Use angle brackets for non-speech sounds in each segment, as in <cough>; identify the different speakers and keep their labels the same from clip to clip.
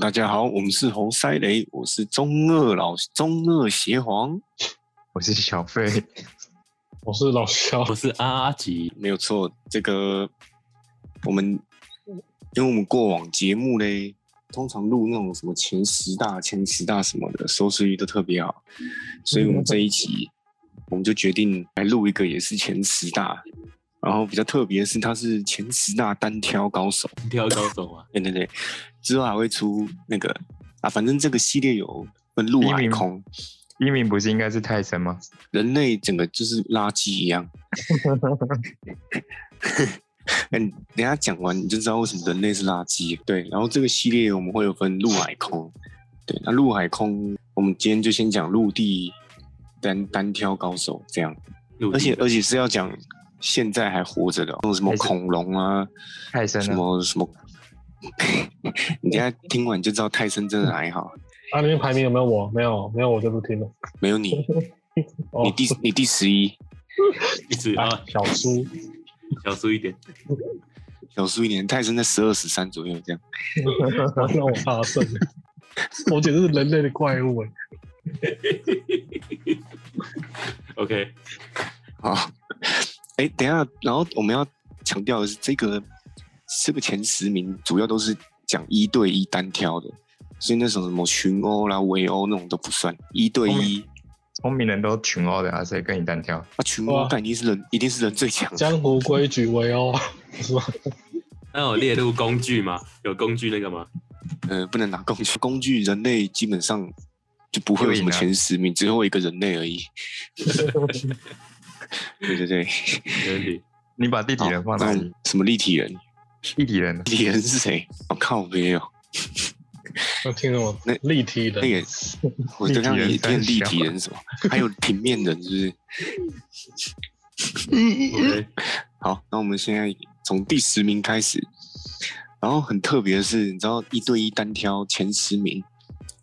Speaker 1: 大家好，我们是猴塞雷，我是中二老中二邪皇，
Speaker 2: 我是小费， <laughs>
Speaker 3: 我是老肖，
Speaker 4: 我是阿吉，
Speaker 1: 没有错。这个我们因为我们过往节目嘞，通常录那种什么前十大、前十大什么的，收视率都特别好，所以我们这一集我们就决定来录一个也是前十大，然后比较特别的是，它是前十大单挑高手。
Speaker 4: 跳高手啊，
Speaker 1: <laughs> 对对对，之后还会出那个啊，反正这个系列有分陆
Speaker 2: 第一
Speaker 1: 海
Speaker 2: 名
Speaker 1: 空，
Speaker 2: 一名不是应该是泰森吗？
Speaker 1: 人类整个就是垃圾一样。哎，你等一下讲完你就知道为什么人类是垃圾。对，然后这个系列我们会有分陆海空。对，那陆海空，我们今天就先讲陆地单单挑高手这样，
Speaker 4: 陆地
Speaker 1: 而且而且是要讲现在还活着的哦，那种什么恐龙啊，
Speaker 2: 泰森
Speaker 1: 什
Speaker 2: 呢？
Speaker 1: 么什么。 <laughs> 你等一下听完就知道泰森真的还好，
Speaker 3: 啊，里面排名有没有我？没有，没有我就不听了。
Speaker 1: 没有你，
Speaker 3: 哦
Speaker 1: 你，第你第十一，
Speaker 4: 一直啊，
Speaker 3: 小 <laughs> 苏，
Speaker 4: 小数一点，
Speaker 1: 小数一年，泰森在十二十三左右这样。
Speaker 3: 完了我发胜了，我简直是人类的怪物
Speaker 1: 嗯
Speaker 3: 哎！
Speaker 4: OK，
Speaker 1: 好，哎、等一下，然后我们要强调的是，这个这个前十名主要都是讲一对一单挑的，所以那种什么群殴啦、围殴那种都不算，一对一。
Speaker 2: 哦聪明人都群殴的啊，谁跟你单挑？
Speaker 1: 啊，群
Speaker 3: 哇
Speaker 1: 殴肯定是人，一定是人最强。
Speaker 3: 江湖规矩围殴， <laughs>
Speaker 1: <laughs>
Speaker 3: 是吧？
Speaker 4: 那有列入工具吗？ <laughs> 有工具那个吗？
Speaker 1: 呃，不能拿工具，工具人类基本上就不会有什么前十名，只会有一个人类而已。对对对，
Speaker 4: 没
Speaker 1: <laughs>
Speaker 4: 问题。
Speaker 2: 你把地底人放哪
Speaker 1: 那我
Speaker 2: 里
Speaker 1: 们？什么立体人？
Speaker 2: 地底人
Speaker 1: 立体人是谁？我、靠，没有。
Speaker 3: 要听什么
Speaker 1: 那？
Speaker 3: 立体
Speaker 1: 那
Speaker 3: 的，
Speaker 1: 个，我刚刚
Speaker 2: 立
Speaker 1: 也
Speaker 2: 体人
Speaker 1: 变立
Speaker 2: 三小
Speaker 1: 体人什么？还有平面人是不是？
Speaker 4: OK，
Speaker 1: 好，那我们现在从第十名开始。然后很特别的是，你知道一对一单挑前十名，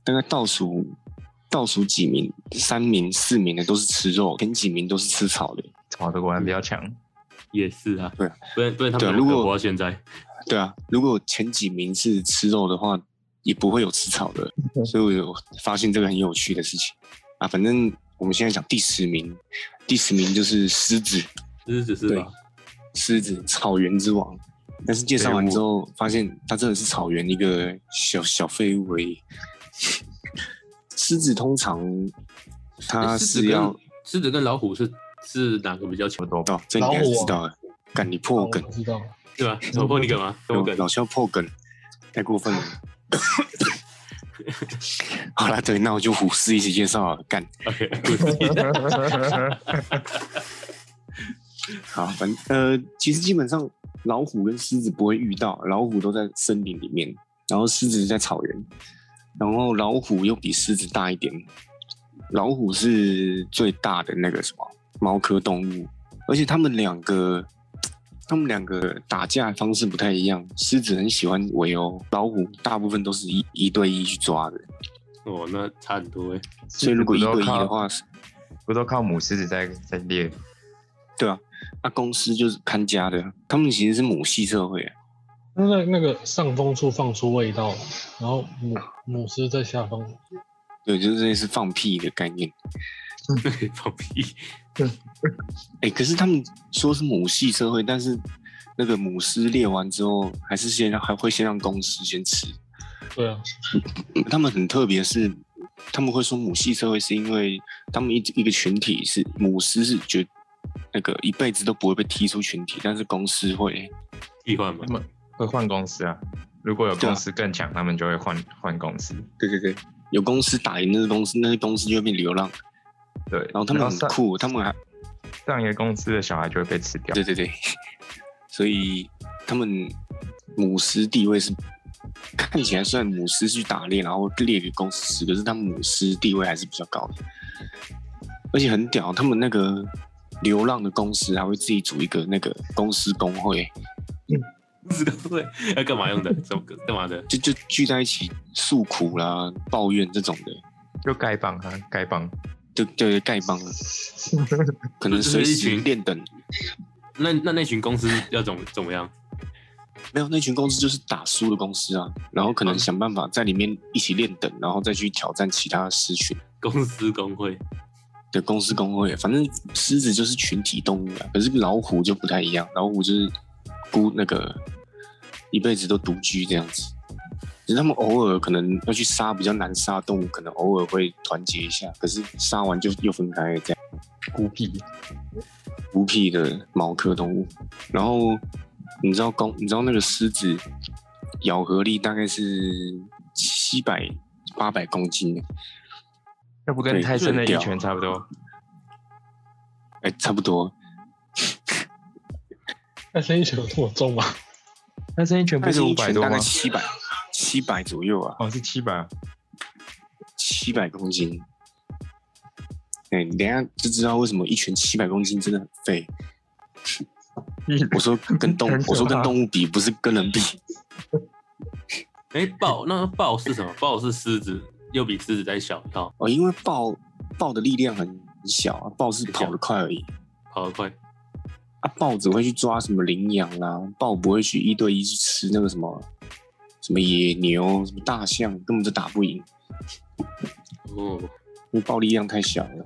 Speaker 1: 大概倒数倒数几名，三名、四名的都是吃肉，前几名都是吃草的。
Speaker 2: 草的果然比较强。
Speaker 4: 也是啊，
Speaker 1: 对啊，
Speaker 4: 不然不然他
Speaker 1: 对啊
Speaker 4: 们
Speaker 1: 如
Speaker 4: 如
Speaker 1: 果
Speaker 4: 果活到现在，
Speaker 1: 对啊，如果前几名是吃肉的话，也不会有吃草的。所以我有发现这个很有趣的事情啊。反正我们现在讲第十名，第十名就是狮子。
Speaker 4: 这是只是吧？
Speaker 1: 狮子草原之王，但是介绍完之后，发现它真的是草原一个小小废物而已。狮子通常它
Speaker 4: 诶哎狮
Speaker 1: 是
Speaker 4: 子
Speaker 1: 要
Speaker 4: 跟狮子跟老虎是是哪个比较强，
Speaker 1: 哦，这你应该
Speaker 3: 老虎
Speaker 1: 是
Speaker 3: 啊
Speaker 1: 知道的。干你破
Speaker 3: 哦我
Speaker 1: 梗，
Speaker 3: 知道。
Speaker 4: 对吧？我破你梗吗？我梗
Speaker 1: 老肖破梗，太过分了。好啦，对，那我就虎狮一起介绍了。干，
Speaker 4: ，OK，不是
Speaker 1: 嗯
Speaker 2: <laughs>
Speaker 1: 好，反呃，其实基本上老虎跟狮子不会遇到，老虎都在森林里面，然后狮子在草原，然后老虎又比狮子大一点，老虎是最大的那个什么猫科动物，而且它们两个，它们两个打架方式不太一样，狮子很喜欢围殴，老虎大部分都是一一对一去抓的，
Speaker 4: 哦，那差很多哎。
Speaker 1: 所以如果一
Speaker 2: 狮子不
Speaker 1: 对
Speaker 2: 都
Speaker 1: 一的
Speaker 2: 靠
Speaker 1: 话，
Speaker 2: 不都靠母狮子在在猎？
Speaker 1: 对啊，那、公狮就是看家的，它们其实是母系社会、啊。
Speaker 3: 那在那个上风处放出味道，然后母母狮在下方，
Speaker 1: 对，就是类似放屁的概念。
Speaker 4: 放屁！
Speaker 1: 哎、可是他们说是母系社会，但是那个母狮猎完之后，还是先让还会先让公狮先吃。
Speaker 3: 对啊，
Speaker 1: 他们很特别是，他们会说母系社会是因为他们一一个群体是母狮是绝那个一辈子都不会被踢出群体，但是公狮会。
Speaker 4: 替换嘛
Speaker 2: 他，们会换公司啊。如果有公司更强，他们就会换换公司。
Speaker 1: 对对对，有公司打赢那个公司，那个公司就会变流浪。
Speaker 2: 对，
Speaker 1: 然后他们很
Speaker 2: 上
Speaker 1: 酷，他们还
Speaker 2: 上一个公司的小孩就会被吃掉。
Speaker 1: 对对对，所以他们母狮地位是看起来虽然母狮去打猎，然后猎给公狮吃，可是他们母狮地位还是比较高的，而且很屌，他们那个流浪的公司还会自己组一个那个公司工会，
Speaker 4: 这个会要干嘛用的？怎么干嘛的？
Speaker 1: 就就聚在一起诉苦啦、抱怨这种的，
Speaker 2: 就丐帮啊，丐
Speaker 1: <laughs>
Speaker 2: 帮。
Speaker 1: 就就丐帮，可能随
Speaker 4: 就是一
Speaker 1: 时
Speaker 4: 群
Speaker 1: 练等
Speaker 4: 那那那群公司要怎么怎么样？
Speaker 1: 没有那群公司就是打输的公司啊，然后可
Speaker 4: 嗯
Speaker 1: 能想办法在里面一起练等，然后再去挑战其他狮群
Speaker 4: 公司工会，
Speaker 1: 的公司工会。反正狮子就是群体动物啊，可是老虎就不太一样，老虎就是孤那个一辈子都独居这样子。只是他们偶尔可能要去杀比较难杀的动物，可能偶尔会团结一下，可是杀完就又分开了这样。
Speaker 2: 孤僻，
Speaker 1: 孤僻的猫科动物。然后你知道公，你知道那个狮子咬合力大概是七百八百公斤，
Speaker 2: 要不
Speaker 1: 对
Speaker 2: 跟泰森的
Speaker 1: 很屌
Speaker 2: 一拳差不多？
Speaker 1: 哎、差不多。
Speaker 3: 那声音拳有这么重吗？
Speaker 2: 泰森一拳不
Speaker 1: 但
Speaker 2: 是
Speaker 1: 是
Speaker 2: 五
Speaker 1: 一
Speaker 2: 百
Speaker 1: 拳
Speaker 2: 多
Speaker 1: 大
Speaker 2: 吗
Speaker 1: 概？七百七百左右啊，
Speaker 2: 哦，是七 <laughs> 百，
Speaker 1: 七百公斤。哎、你等一下就知道为什么一拳七百公斤真的很废。我说跟
Speaker 2: <laughs>
Speaker 1: 动
Speaker 2: 很，可怕
Speaker 1: 我说跟动物比，不是跟人比。
Speaker 4: 哎，豹那豹是什么？豹是狮子，又比狮子再小一号，
Speaker 1: 哦，因为豹豹的力量很很小啊，豹是跑得快而已。
Speaker 4: 跑得快。
Speaker 1: 啊，豹只会去抓什么羚羊啦、豹不会去一对一去吃那个什么什么野牛、什么大象，根本就打不赢，
Speaker 4: 哦，
Speaker 1: 因为豹力量太小了，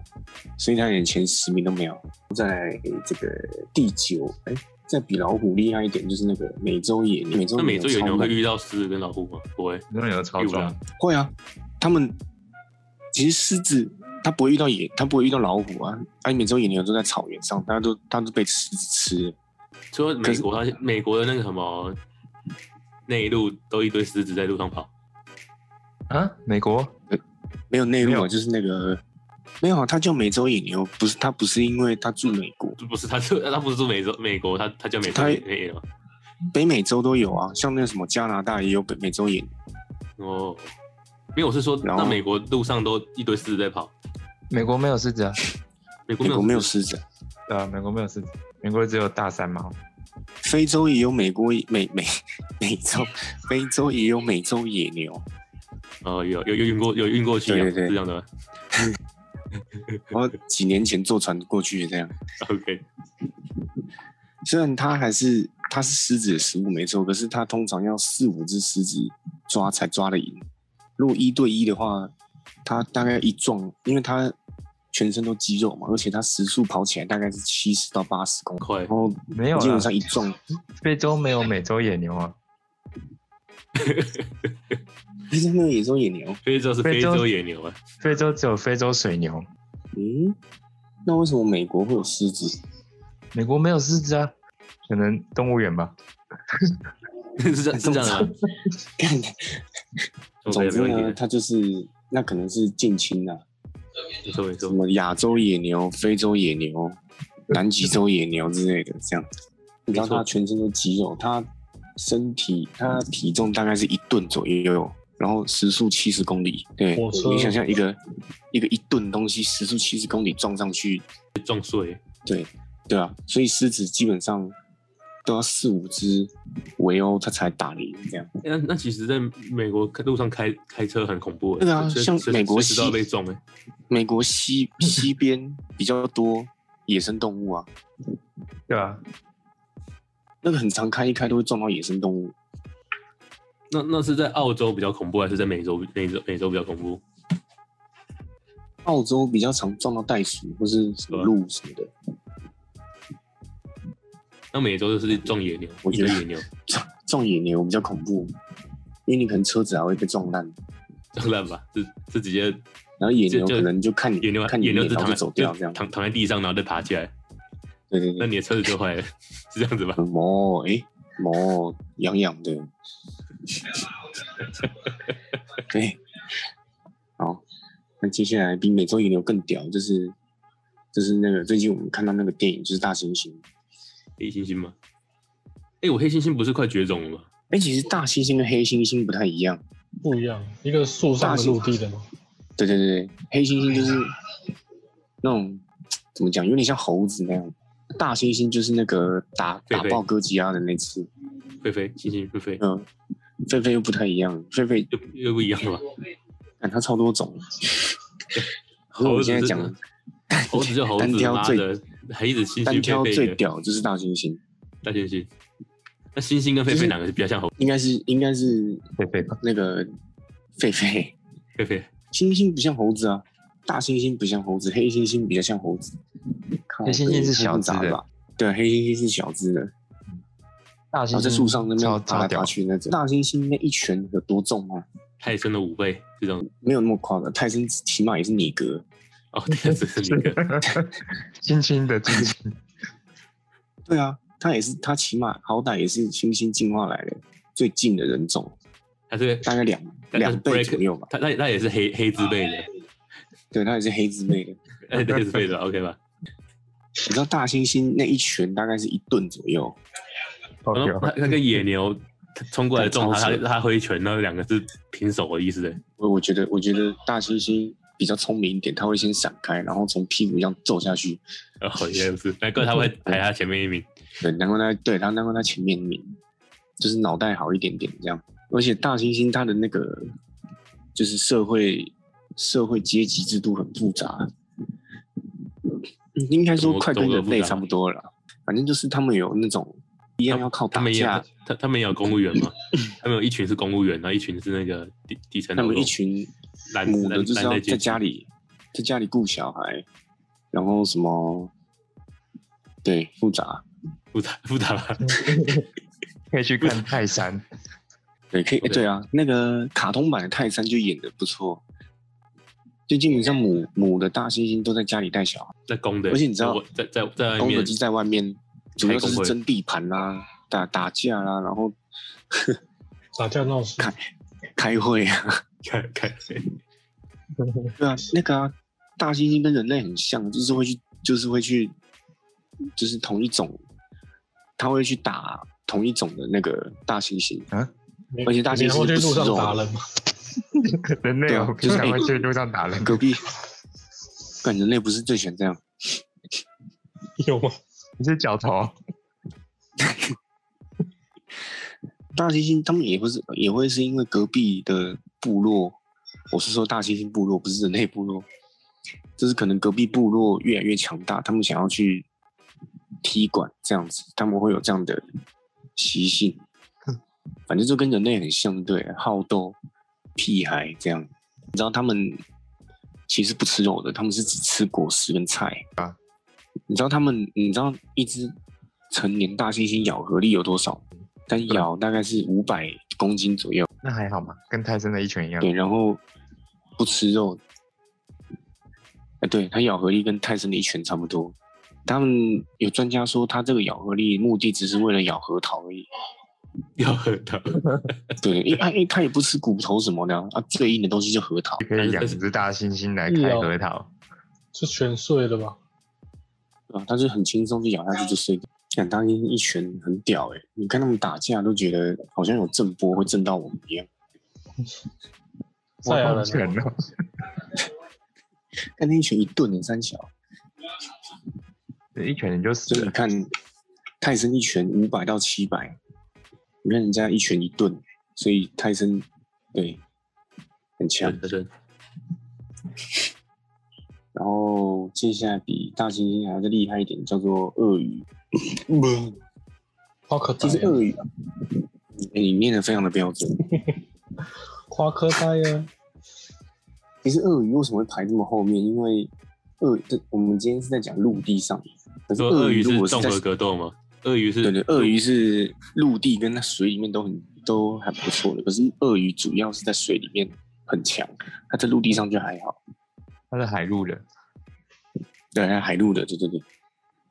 Speaker 1: 所以它连前十名都没有。在这个第九，哎、再比老虎厉害一点就是那个美洲野牛，美洲
Speaker 4: 那美洲有
Speaker 1: 超
Speaker 4: 牛会
Speaker 1: 猛
Speaker 4: 遇到狮子跟老虎吗？不会，
Speaker 2: 那有超
Speaker 4: 有啦
Speaker 2: 壮，
Speaker 1: 会啊，他们其实狮子它不会遇到野，它不会遇到老虎啊，啊，美洲野牛都在草原上，它都它都被狮子吃了。
Speaker 4: 除了美国，它美国的那个什么内陆都一堆狮子在路上跑，
Speaker 2: 啊？美国
Speaker 1: 没有内
Speaker 2: 没
Speaker 1: 陆啊，
Speaker 2: 有
Speaker 1: 就是那个没有啊，它叫美洲野牛，不是它不是因为它住美国，
Speaker 4: 不是它就它不是住美洲美国，它它叫美洲
Speaker 1: 它
Speaker 4: 野牛。
Speaker 1: 北美洲都有啊，像那个什么加拿大也有北美洲野牛，
Speaker 4: 哦，没有，我是说，
Speaker 1: 然后
Speaker 4: 那美国路上都一堆狮子在跑，
Speaker 2: 美国没有狮子啊？
Speaker 4: 美国
Speaker 1: 美
Speaker 4: 没有
Speaker 1: 国没有
Speaker 4: 狮子
Speaker 1: 狮子，
Speaker 2: 对啊，美国没有狮子，美国只有大山猫。
Speaker 1: 非洲也有美国美美 <laughs> 美洲，非洲也有美洲野牛，
Speaker 4: 哦，有有有运过有运过去啊，
Speaker 1: 对对对
Speaker 4: 是这样的吗
Speaker 1: 然后几年前坐船过去这样，
Speaker 4: ？OK，
Speaker 1: 虽然它还是它是狮子的食物没错，可是它通常要四五只狮子抓才抓得赢，如果一对一的话，它大概一撞，因为它。全身都肌肉嘛，而且它时速跑起来大概是七十到八十公里，
Speaker 4: 快
Speaker 1: 然，后
Speaker 2: 没有
Speaker 1: 基
Speaker 2: 啦
Speaker 1: 本，上一撞，
Speaker 2: 非洲没有美洲野牛啊，
Speaker 1: 非哎洲那个野生野牛，
Speaker 4: 非洲是非
Speaker 2: 非洲
Speaker 4: 洲野牛啊， <laughs>
Speaker 2: 非洲只有非洲水牛，
Speaker 1: 嗯，那为什么美国会有狮子？
Speaker 2: 美国没有狮子啊，可能动物园吧。
Speaker 4: 是这样是这样的吗。
Speaker 1: 干，总
Speaker 4: OK，
Speaker 1: 之
Speaker 4: 没问
Speaker 1: 呢，
Speaker 4: 题，
Speaker 1: 它就是那可能是近亲啊，
Speaker 4: 没错没
Speaker 1: 什
Speaker 4: 错。
Speaker 1: 么亚洲野牛、非洲野
Speaker 4: <laughs>
Speaker 1: 牛、南极洲野牛之类的，这样。你知道
Speaker 4: 没错
Speaker 1: 它全身都肌肉，它身体它体重大概是一吨左右，然后时速七十公里。对，
Speaker 3: 火车
Speaker 1: 你想象一个一个一吨东西时速七十公里撞上去，
Speaker 4: 撞碎，
Speaker 1: 对，对啊，所以狮子基本上都要四五只围殴，它才打得赢这样。
Speaker 4: 欸那那其实，在美国路上开开车很恐怖欸，
Speaker 1: 对啊
Speaker 4: 随
Speaker 1: 像
Speaker 4: 随
Speaker 1: 美国
Speaker 4: 随时都要
Speaker 1: 西
Speaker 4: 被撞哎，
Speaker 1: 美国
Speaker 4: <laughs>
Speaker 1: 西西边比较多野生动物啊，
Speaker 2: 对啊，
Speaker 1: 那个很常开一开都会撞到野生动物。
Speaker 4: 那那是在澳洲比较恐怖，还是在美洲美洲美洲比较恐怖？
Speaker 1: 澳洲比较常撞到袋鼠或是什
Speaker 4: 啊
Speaker 1: 么鹿什么的，
Speaker 4: 那美洲就是撞野牛，
Speaker 1: 我
Speaker 4: 一
Speaker 1: 觉
Speaker 4: 堆
Speaker 1: 得
Speaker 4: 野牛，
Speaker 1: 撞撞野牛比较恐怖，因为你可能车子还会被撞烂，
Speaker 4: 撞烂吧，是是直接
Speaker 1: 然后野
Speaker 4: 就
Speaker 1: 牛
Speaker 4: 就
Speaker 1: 可能就看你
Speaker 4: 野牛
Speaker 1: 嗯看你
Speaker 4: 野牛
Speaker 1: 脸
Speaker 4: 只
Speaker 1: 然
Speaker 4: 躺
Speaker 1: 后就
Speaker 4: 在
Speaker 1: 走掉这样
Speaker 4: 就。躺躺在地上，然后再爬起来，
Speaker 1: 对对
Speaker 4: 那
Speaker 1: 对，
Speaker 4: 你的车子就坏了， <laughs> 是这样子吧？
Speaker 1: 毛哎毛痒痒的，对，好，那接下来比美洲野牛更屌就是就是那个最近我们看到那个电影就是大猩猩。
Speaker 4: 黑猩猩吗？哎、我黑猩猩不是快绝种了吗？
Speaker 1: 哎、其实大猩猩跟黑猩猩不太一样。
Speaker 3: 不一样，一个树上的陆地的嘛，
Speaker 1: 对对对，对黑猩
Speaker 4: 哎
Speaker 1: 猩就是那种怎么讲，有点像猴子那样。大猩猩就是那个打
Speaker 4: 狒
Speaker 1: 打
Speaker 4: 狒
Speaker 1: 爆哥吉拉的那次，
Speaker 4: 狒狒，猩猩，狒狒，
Speaker 1: 嗯，狒狒又不太一样，狒狒
Speaker 4: 又又不一样了吧？
Speaker 1: 看它超多
Speaker 4: <laughs>
Speaker 1: 种。那
Speaker 4: 猴
Speaker 1: 我
Speaker 4: 子
Speaker 1: 现在
Speaker 4: 是
Speaker 1: 讲
Speaker 4: <laughs> 猴子就猴子，
Speaker 1: 单挑
Speaker 4: 妈
Speaker 1: 最
Speaker 4: 的，还一直猩猩
Speaker 1: 单
Speaker 4: 狒
Speaker 1: 挑
Speaker 4: 狒
Speaker 1: 最
Speaker 4: 的
Speaker 1: 屌就是大猩猩，
Speaker 4: 大猩猩，那星星跟狒
Speaker 1: 就
Speaker 4: 狒
Speaker 1: 是
Speaker 4: 哪个是比较像猴？
Speaker 1: 应该是应该是
Speaker 2: 狒狒吧，
Speaker 1: 那个狒狒，
Speaker 4: 狒狒
Speaker 1: 猩猩不像猴子啊，大猩猩不像猴子，黑猩猩比较像猴子。靠
Speaker 5: 黑猩猩
Speaker 1: 北
Speaker 5: 是
Speaker 1: 太
Speaker 5: 小
Speaker 1: 复杂
Speaker 5: 只的
Speaker 1: 了吧？对，黑猩猩是小只的，
Speaker 5: 大猩
Speaker 1: 然后
Speaker 5: 猩
Speaker 1: 啊在树上那
Speaker 5: 超
Speaker 1: 边爬
Speaker 5: 超
Speaker 1: 来
Speaker 5: 屌
Speaker 1: 爬，去那种。大猩猩那一拳有多重啊？
Speaker 4: 泰森的五倍这种 <laughs>
Speaker 1: 没有那么夸张，泰森起码也是米格。
Speaker 4: 哦，对，只是那个
Speaker 5: 轻轻的
Speaker 2: 进
Speaker 1: <laughs>
Speaker 2: 行
Speaker 1: 对啊，他也是，他起码好歹也是猩猩进化来的最近的人种，
Speaker 4: 他是
Speaker 1: 大概两
Speaker 4: 但但是
Speaker 1: 两倍
Speaker 4: break-
Speaker 1: 左右吧。
Speaker 4: 他那那也是黑黑字辈的，
Speaker 1: 对，他也是黑之类的。
Speaker 4: 哎， <laughs> 黑字辈的 OK 吧？
Speaker 1: 你知道大猩猩那一拳大概是一吨左右，
Speaker 2: 好
Speaker 4: 然后
Speaker 2: 屌
Speaker 4: 他他哦跟野牛他冲过来撞他，
Speaker 1: 超
Speaker 4: 他
Speaker 1: 扯
Speaker 4: 他挥拳，那两个是平手的意思的。
Speaker 1: 我我觉得我觉得大猩猩比较聪明一点，他会先闪开，然后从屁股这样揍下去。
Speaker 4: 哦，也是，难怪
Speaker 1: <laughs>
Speaker 4: 他会排他前面一名。
Speaker 1: 对，难怪他对他难怪他前面一名，就是脑袋好一点点这样。而且大猩猩它的那个就是社会社会阶级制度很复杂，嗯应该说快跟人类差不多了啦。反正就是他们有那种一样要靠
Speaker 4: 他
Speaker 1: 打
Speaker 4: 们也
Speaker 1: 架，
Speaker 4: 他他们也有公务员嘛，他们有一群是公务员，然后一群是那个底底层
Speaker 1: 他
Speaker 4: 劳
Speaker 1: 们
Speaker 4: 工，
Speaker 1: 一群
Speaker 4: 懒
Speaker 1: 母的
Speaker 4: 懒
Speaker 1: 就是
Speaker 4: 懒
Speaker 1: 要
Speaker 4: 类阶
Speaker 1: 在
Speaker 4: 级
Speaker 1: 家里在家里顾小孩，然后什么对复杂。
Speaker 4: 复杂复杂吧。
Speaker 5: 可以去看泰山，
Speaker 1: 对，可以，
Speaker 4: OK
Speaker 1: 对啊，那个卡通版的泰山就演的不错，就基本上母母的大猩猩都在家里带小孩，
Speaker 4: 在公的，
Speaker 1: 而且你知道
Speaker 4: 在在在外
Speaker 1: 公的
Speaker 4: 面
Speaker 1: 就在外面，主要就
Speaker 4: 开
Speaker 1: 是
Speaker 4: 工会
Speaker 1: 争地盘啦、打打架啦、然后
Speaker 3: 打架闹事，
Speaker 1: 看开会啊， <laughs>
Speaker 4: 开开会，
Speaker 1: 对啊，那个啊，大猩猩跟人类很像，就是会去，就是会去，就是同一种，它会去打同一种的那个大猩猩，
Speaker 3: 你
Speaker 1: 而且大猩猩
Speaker 3: 你还会去路上
Speaker 1: 不吃肉
Speaker 3: 打人吗？
Speaker 5: 人类
Speaker 1: 对啊
Speaker 5: 有
Speaker 1: 就是
Speaker 5: 平常
Speaker 1: 哎
Speaker 5: 会去路上打人，
Speaker 1: 隔
Speaker 4: <laughs>
Speaker 1: 壁，但人类不是最喜欢这样。
Speaker 3: 有吗？
Speaker 5: 你是脚头，
Speaker 1: 大猩猩他们也不是也会是因为隔壁的部落，我是说大猩猩部落，不是人类部落，就是可能隔壁部落越来越强大，他们想要去踢馆这样子，他们会有这样的习性，反正就跟人类很像，对，好斗、屁孩这样。你知道他们其实不吃肉的，他们是只吃果实跟菜啊。你知道他们，你知道一只成年大猩猩咬合力有多少吗？单咬大概是五百公斤左右，
Speaker 5: 那还好嘛，跟泰森的一拳一样。
Speaker 1: 对，然后不吃肉，哎，对，它咬合力跟泰森的一拳差不多。他们有专家说，它这个咬合力目的只是为了咬核桃而已。
Speaker 4: <laughs> 要很大，
Speaker 1: 对，因为因为它也不吃骨头什么的啊，啊最硬的东西就核桃。
Speaker 5: 可以养只大猩猩来开核桃，
Speaker 3: 是全碎了吧？
Speaker 1: 啊，它就很轻松就咬下去就碎掉。想当一一拳很屌哎、你看他们打架都觉得好像有震波会震到我们一样。
Speaker 3: 赛亚
Speaker 5: 哇
Speaker 3: 人
Speaker 5: 拳哦，
Speaker 1: 但那一拳一顿的三小，
Speaker 5: 一拳你就
Speaker 1: 所
Speaker 5: 死
Speaker 1: 以你
Speaker 5: 了。
Speaker 1: 看泰森一拳五百到七百，你看人家一拳一顿，所以泰森对很强。
Speaker 4: 对对，
Speaker 1: 然后接下来比大猩猩还要再厉害一点，叫做鳄鱼。
Speaker 4: 嗯
Speaker 1: 不，
Speaker 3: 夸克
Speaker 1: <laughs> 其
Speaker 3: 呆
Speaker 1: 实鳄
Speaker 3: 呀，
Speaker 1: 鱼，哎你念的非常的标准。
Speaker 3: 夸克呆呀，
Speaker 1: 其实鳄鱼为什么会排这么后面？因为鳄，这我们今天是在讲陆地上，可是
Speaker 4: 说鳄鱼
Speaker 1: 如
Speaker 4: 是
Speaker 1: 果
Speaker 4: 综
Speaker 1: 在
Speaker 4: 合格斗吗？鳄鱼是
Speaker 1: 对对，鳄鱼是陆地跟那水里面都很都还不错的，可是鳄鱼主要是在水里面很强，它在陆地上就还好。
Speaker 5: 他是海陆人，
Speaker 1: 对，它海陆的，对对对，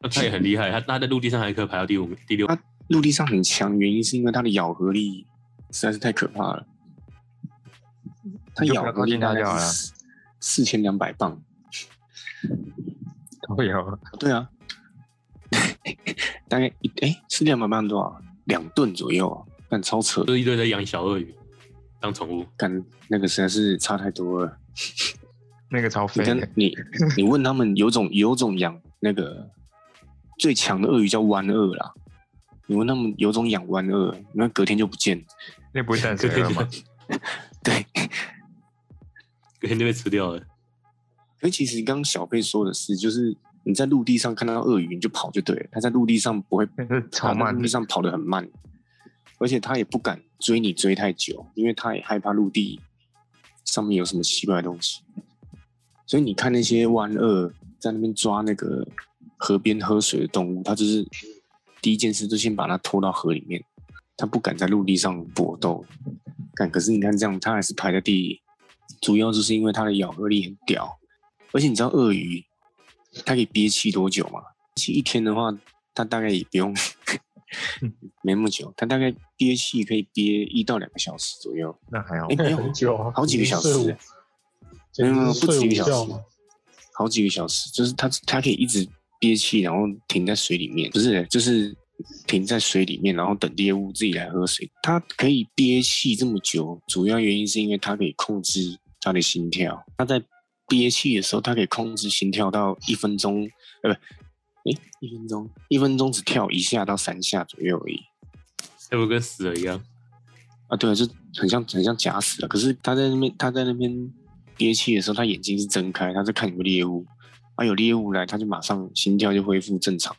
Speaker 4: 那他也很厉害，他他在陆地上还可以排到第五名、第六。
Speaker 1: 它陆地上很强，原因是因为它的咬合力实在是太可怕了。它
Speaker 5: 你
Speaker 1: 咬
Speaker 5: 就不要
Speaker 1: 合
Speaker 5: 靠
Speaker 1: 力
Speaker 5: 近
Speaker 1: 大
Speaker 5: 它
Speaker 1: 概
Speaker 5: 就好了
Speaker 1: 是四千两百磅，
Speaker 5: 都有
Speaker 1: 对啊， <laughs> 大概一哎四千两百磅多少？两吨左右啊，但超扯，
Speaker 4: 就是一堆在养小鳄鱼当宠物，
Speaker 1: 干那个实在是差太多了。
Speaker 5: 那个超
Speaker 1: 你
Speaker 5: 肥的，
Speaker 1: 跟你你问他们有种有种养那个最强的鳄鱼叫湾鳄啦，你问他们有种养湾鳄，那隔天就不见了。
Speaker 5: 那不会淡
Speaker 4: 隔
Speaker 5: 水
Speaker 4: 天
Speaker 5: 了
Speaker 4: 就
Speaker 5: 吗？
Speaker 1: 对，
Speaker 4: 隔天就被吃掉了。
Speaker 1: 可是其实刚刚小贝说的是，就是你啊在陆地上看到鳄鱼你就跑就对了，它在陆地上不会，
Speaker 5: 那是
Speaker 1: 它
Speaker 5: 超
Speaker 1: 在
Speaker 5: 慢
Speaker 1: 陆
Speaker 5: 的
Speaker 1: 地，上跑得很慢，而且它也不敢追你追太久，因为它也害怕陆地上面有什么奇怪的东西。所以你看那些湾鳄在那边抓那个河边喝水的动物，它就是第一件事就先把它拖到河里面，它不敢在陆地上搏斗。但可是你看这样，它还是排在第一，主要就是因为它的咬合力很屌。而且你知道鳄鱼它可以憋气多久吗？气一天的话，它大概也不用没那么久，它大概憋气可以憋一到两个小时左右。
Speaker 5: 那还好
Speaker 1: 哎、，没
Speaker 3: 那 <laughs>
Speaker 1: 有，
Speaker 3: 很久啊，
Speaker 1: 好几个小时
Speaker 3: 睡午
Speaker 1: 欸
Speaker 3: 简
Speaker 1: 没有没有
Speaker 3: 直
Speaker 1: 不
Speaker 3: 是
Speaker 1: 止一个
Speaker 3: 睡午
Speaker 1: 小
Speaker 3: 觉
Speaker 1: 时
Speaker 3: 嘛。，
Speaker 1: 好几个小时，就是它它可以一直憋气，然后停在水里面，不是就是停在水里面，然后等猎物自己来喝水。它可以憋气这么久，主要原因是因为它可以控制它的心跳。它在憋气的时候，它可以控制心跳到一分钟，呃，不，诶，一分钟，一分钟只跳一下到三下左右而已。
Speaker 4: 要不跟死了一样？
Speaker 1: 啊，对啊，就很像很像假死啊。可是他在那边他在那边憋气的时候，他眼睛是睁开，他在看有没有猎物。啊，有猎物来，他就马上心跳就恢复正常，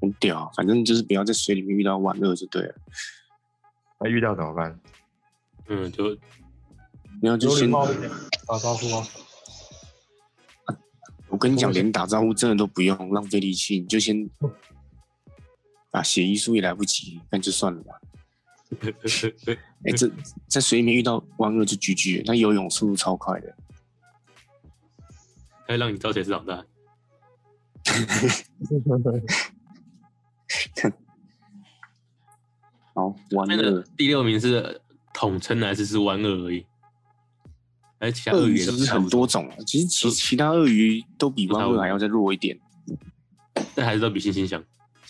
Speaker 1: 很屌啊。反正就是不要在水里面遇到万恶就对了，
Speaker 5: 那遇到怎么办？
Speaker 4: 嗯，就 <laughs>
Speaker 1: 然后就
Speaker 3: 有礼
Speaker 1: 先
Speaker 3: 貌一点，打招呼
Speaker 1: <laughs>
Speaker 3: 啊。
Speaker 1: 我跟你讲，连打招呼真的都不用，浪费力气，你就
Speaker 3: <laughs>
Speaker 1: 先啊写遗书也来不及，那就算了吧。哎、这在水里面遇到万恶就 GG，了那游泳速度超快的。
Speaker 4: 要让你知道谁是老大。
Speaker 1: 好，万
Speaker 4: 那个
Speaker 1: 恶，
Speaker 4: 第六名是统称还是是玩鳄而已？而其他
Speaker 1: 鳄
Speaker 4: 鳄
Speaker 1: 鱼
Speaker 4: 鱼也
Speaker 1: 其
Speaker 4: 都
Speaker 1: 实
Speaker 4: 差不
Speaker 1: 很多种啊，其实其其他鳄鱼都比湾鳄还要再弱一点，
Speaker 4: 但还是都比猩猩强。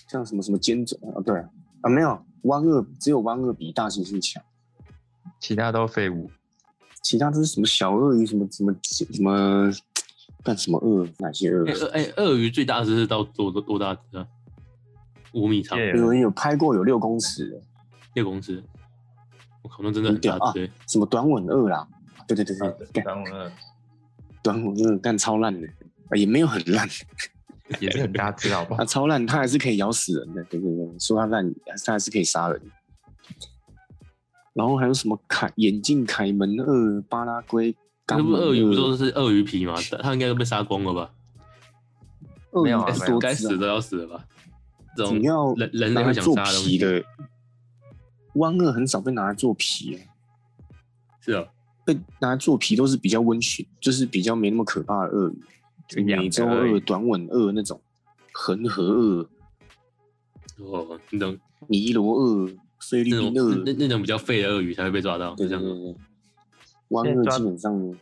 Speaker 1: 像什么什么尖嘴啊，对啊，啊没有湾鳄，只有湾鳄比大猩猩强，
Speaker 5: 其他都废物，
Speaker 1: 其他都是什么小鳄鱼，什么什么什么干什么鳄，哪些鳄啊
Speaker 4: 哎？鳄哎，鳄鱼最大的是到多多多大只啊？五米长，
Speaker 5: 耶
Speaker 1: 有人有拍过有六公尺的，
Speaker 4: 六公尺。我靠，那真的很大只欸。
Speaker 1: 什么短吻鳄啦，啊对对对
Speaker 5: 啊
Speaker 1: 对，干
Speaker 5: 三五二
Speaker 1: 短吻鳄干超烂的，啊也没有很烂，
Speaker 5: 也是很大只，好不好
Speaker 1: <laughs> 啊？超烂，它还是可以咬死人的，对对对，说它烂，它还是可以杀人。然后还有什么凯眼镜凯门鳄、巴拉圭、
Speaker 4: 那
Speaker 1: 肛
Speaker 4: 不
Speaker 1: 门
Speaker 4: 是鳄鱼不都是鳄鱼皮吗？它它应该都被杀光了吧？哎
Speaker 1: 鳄
Speaker 5: 没有
Speaker 1: 鱼
Speaker 5: 啊
Speaker 1: 太
Speaker 5: 没
Speaker 1: 多只
Speaker 5: 有
Speaker 4: 该死
Speaker 1: 啊
Speaker 4: 的都要死了吧？这种
Speaker 1: 主要
Speaker 4: 人人
Speaker 1: 拿
Speaker 4: 类
Speaker 1: 来
Speaker 4: 会想
Speaker 1: 做
Speaker 4: 杀的东
Speaker 1: 皮
Speaker 4: 西，
Speaker 1: 的，湾鳄很少被拿来做皮、啊，
Speaker 4: 是啊，
Speaker 1: 被拿来做皮都是比较温驯，就是比较没那么可怕的鳄鱼，就
Speaker 5: 养的
Speaker 1: 美洲
Speaker 5: 而
Speaker 1: 鳄、
Speaker 5: 已
Speaker 1: 短吻鳄那种，恒河鳄、
Speaker 4: 哦，那种
Speaker 1: 尼罗鳄、菲律
Speaker 4: 那种
Speaker 1: 宾鳄，
Speaker 4: 那那种比较废的鳄鱼才会被抓到，
Speaker 1: 对
Speaker 4: 是这
Speaker 1: 对对
Speaker 4: 样吗？
Speaker 1: 对，湾
Speaker 5: 现在
Speaker 1: 鳄
Speaker 5: 抓
Speaker 1: 基本上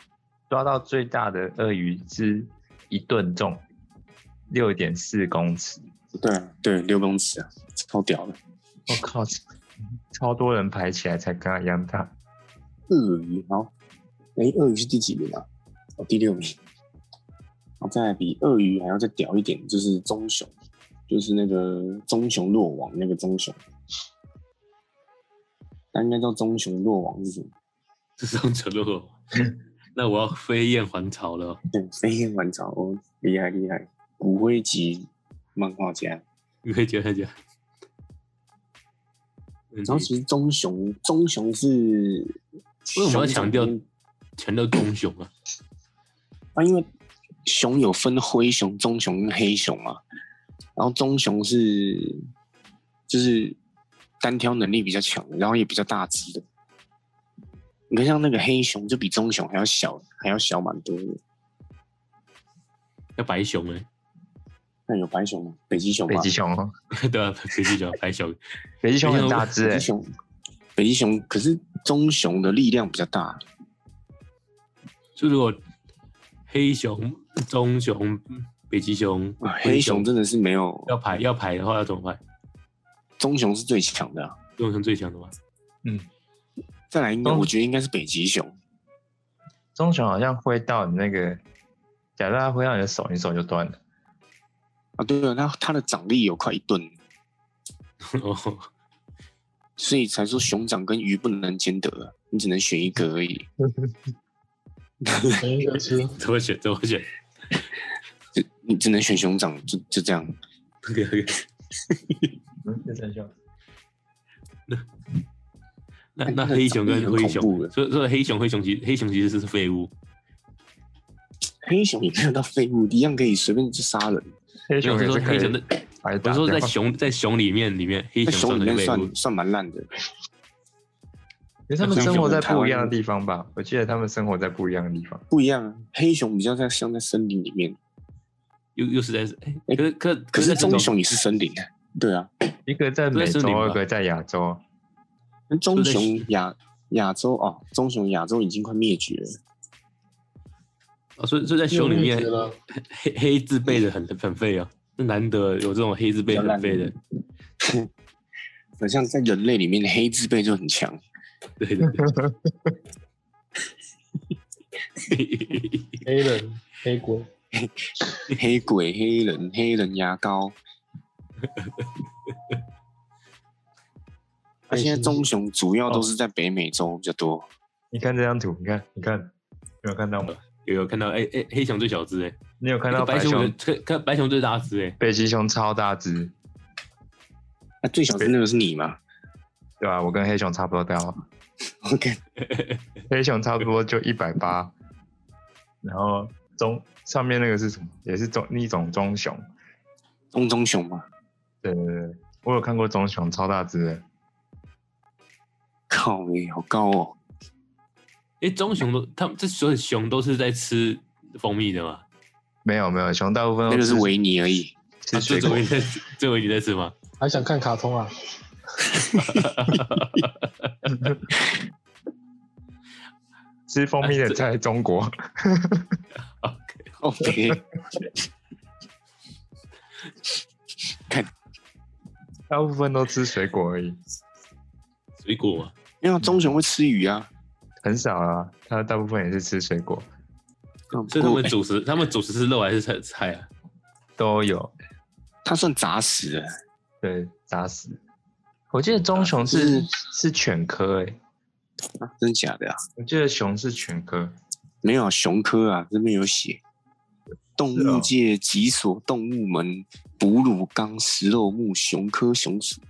Speaker 5: 抓到最大的鳄鱼是一吨重，六点四公尺。
Speaker 1: 对啊对六公尺啊，超屌的。
Speaker 5: 我、靠，超多人排起来才跟它一样大。
Speaker 1: 鳄鱼，好，哎，鳄鱼是第几名啊？哦，第六名。好，再来比鳄鱼还要再屌一点，就是棕熊，就是那个棕熊落网那个棕熊，那应该叫棕熊落网是什么？
Speaker 4: 这种扯落， <laughs> 那我要飞燕还巢了。哦
Speaker 1: 对，飞燕晚潮哦，厉害厉害，骨灰级漫画家。
Speaker 4: 你可以讲一讲。然
Speaker 1: 然后其实棕熊，棕熊是
Speaker 4: 为
Speaker 1: 为
Speaker 4: 什么要强调强调棕熊啊？ <laughs>
Speaker 1: 啊，因为熊有分灰熊、棕熊跟黑熊嘛，然后棕熊是就是单挑能力比较强的，然后也比较大只的。你看像那个黑熊就比棕熊还要小，还要小蛮多的。
Speaker 4: 要白熊哎、
Speaker 1: 那有白熊吗？北极熊
Speaker 5: 北
Speaker 1: 吧？
Speaker 5: 极熊哦，
Speaker 4: <laughs> 对啊，北极熊 <laughs> 白熊，
Speaker 5: 北极熊很大只
Speaker 1: 北
Speaker 5: 哎、
Speaker 1: 极熊，北极熊可是棕熊的力量比较
Speaker 5: 啊
Speaker 1: 大，
Speaker 4: 就如果黑熊、棕熊、北极熊、
Speaker 1: 啊
Speaker 4: 灰
Speaker 1: 黑熊真的是没有
Speaker 4: 要
Speaker 5: 嗯
Speaker 4: 排要排的话要怎么排？
Speaker 1: 棕熊是最强的啊、
Speaker 4: 棕熊最强的吗？ <laughs>
Speaker 1: 再来应该
Speaker 5: 棕
Speaker 1: 我觉得应该是北极熊，
Speaker 5: 棕熊好像挥到你那个，假如它挥到你的手，你手就断了。
Speaker 1: 啊，对了，它它的掌力有快一吨，
Speaker 4: 哦，
Speaker 1: 所以才说熊掌跟鱼不能兼得啊，你只能选一个而已。
Speaker 3: 选一个吃，
Speaker 4: 怎么选？怎么选
Speaker 1: 就你只能选熊掌，就就这样。
Speaker 4: ？OK OK，
Speaker 5: 嗯，是真凶。
Speaker 4: 那
Speaker 1: 哎
Speaker 4: 那
Speaker 1: 那
Speaker 4: 黑
Speaker 1: 长
Speaker 4: 熊跟
Speaker 1: 得很
Speaker 4: 灰
Speaker 1: 恐怖
Speaker 4: 熊，
Speaker 1: 耶
Speaker 4: 所以所以黑熊灰熊其实黑熊其实是废物，
Speaker 1: 黑熊也没有到废物，一样可以随便就杀人。
Speaker 5: 黑
Speaker 4: 没有
Speaker 5: 熊
Speaker 4: 我是
Speaker 5: 也
Speaker 4: 说
Speaker 5: 是可
Speaker 4: 黑熊的
Speaker 5: 以，白
Speaker 4: 我
Speaker 5: 打
Speaker 4: 是说
Speaker 5: 掉 <laughs>
Speaker 4: 在熊啊在熊里面里面黑
Speaker 1: 在
Speaker 4: 熊
Speaker 1: 熊里
Speaker 4: 算是
Speaker 1: 面
Speaker 4: 废物
Speaker 1: 算，算蛮烂的，
Speaker 5: 因为他们生活在不一样的地方吧？我记得他们生活在不一样的地方。
Speaker 1: 不一样啊。黑熊比较在像在森林里面，
Speaker 4: 又又是在是哎
Speaker 1: 哎
Speaker 4: 可是可
Speaker 1: 可是
Speaker 4: 在
Speaker 1: 棕熊也是森林。对啊，
Speaker 5: 一个在
Speaker 4: 对
Speaker 5: 美
Speaker 4: 是
Speaker 5: 洲，
Speaker 4: 你吧
Speaker 5: 一个在亚洲。
Speaker 1: 那棕
Speaker 4: 对
Speaker 1: 熊亚亚洲哦，棕熊亚洲已经快灭绝了。
Speaker 4: 哦，所以所以在熊里面
Speaker 3: 因为我觉得
Speaker 4: 黑黑字辈的很很废啊，那难得有这种黑字辈很废的，
Speaker 1: 好像在人类里面，黑字辈就很强。
Speaker 4: 对 <laughs> 对对。 <laughs>
Speaker 3: 黑人黑鬼，
Speaker 1: 黑鬼、黑人、黑人牙 <laughs> 膏。那现在棕熊主要都是在北美洲比较多，
Speaker 5: 你看这张图，你看，你看，你有看到吗？
Speaker 4: 有有看到，哎、哎、黑熊最小只哎、
Speaker 5: 你有看
Speaker 4: 那
Speaker 5: 到
Speaker 4: 个白
Speaker 5: 白
Speaker 4: 熊
Speaker 5: 熊
Speaker 4: 的？看看白熊最大只哎、
Speaker 5: 北极熊超大只，
Speaker 1: 那、最小的那个是你吗？
Speaker 5: 对吧、我跟黑熊差不多高，
Speaker 1: <laughs> 我看
Speaker 5: 黑熊差不多就一百八，然后棕上面那个是什么？也是棕一种棕熊。
Speaker 1: 棕棕熊嘛，
Speaker 5: 对对对，我有看过棕熊超大只的，
Speaker 1: 靠你好高哦！
Speaker 4: 哎、棕熊都，它们这所有熊都是在吃蜂蜜的嘛？
Speaker 5: 没有没有，熊大部分都
Speaker 1: 那个是
Speaker 5: 吃
Speaker 1: 维尼而 <laughs> 已，
Speaker 5: 吃
Speaker 4: 啊，
Speaker 5: 水
Speaker 4: 这
Speaker 5: 果
Speaker 4: 周你在吃，这周你在吃吗？
Speaker 3: 还想看卡通啊？
Speaker 5: 吃蜂
Speaker 4: 啊
Speaker 5: 蜜的在中国，
Speaker 1: 靠北
Speaker 5: 大部分都吃水果而已，
Speaker 4: 水果嘛？
Speaker 1: <laughs> 因为棕熊会吃鱼啊，
Speaker 5: 很少啊。它大部分也是吃水果，
Speaker 1: 嗯
Speaker 4: 所以他
Speaker 1: 不过
Speaker 4: 们主食，他们主食是肉还是菜菜啊？
Speaker 5: 都有。
Speaker 1: 它算杂食了，
Speaker 5: 对，砸死。我记得棕熊是
Speaker 1: 嗯
Speaker 5: 是犬科诶、
Speaker 1: 啊真的假的啊？
Speaker 5: 我记得熊是犬科，
Speaker 1: 没有啊熊科啊，这边有写，动
Speaker 5: 是
Speaker 1: 物
Speaker 5: 哦
Speaker 1: 界几所动物门：哺乳纲食肉目熊科熊属。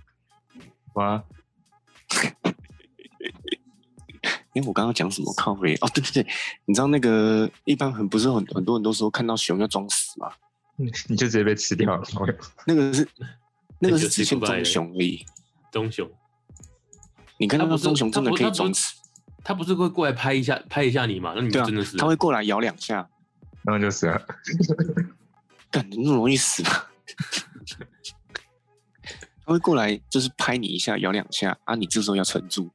Speaker 5: 哇，
Speaker 1: 哎、我刚刚讲什么？靠背哦，对对对，你知道那个一般很不是很很多人都说看到熊要装死嘛？
Speaker 5: 你你就直接被吃掉了。
Speaker 1: 那个
Speaker 4: <laughs>
Speaker 1: 是那个是
Speaker 4: 那就
Speaker 1: 只
Speaker 4: 是
Speaker 1: 限
Speaker 4: goodbye
Speaker 1: 棕熊而已。
Speaker 4: 棕熊，
Speaker 1: 你看
Speaker 4: 它
Speaker 1: 到
Speaker 4: 不
Speaker 1: 那
Speaker 4: 是
Speaker 1: 棕熊真的可
Speaker 4: 它
Speaker 1: 以
Speaker 4: 不它
Speaker 1: 装
Speaker 4: 不
Speaker 1: 死，
Speaker 4: 它不是会过来拍一下拍一下你嘛？那你
Speaker 1: 对
Speaker 4: 就
Speaker 1: 啊
Speaker 4: 真的是，
Speaker 1: 它会过来咬两下，
Speaker 5: 然后就
Speaker 1: <laughs>
Speaker 5: 死了。
Speaker 1: 干你那么容易死吗？它会过来就是拍你一下，咬两下啊，你这时候要撑住。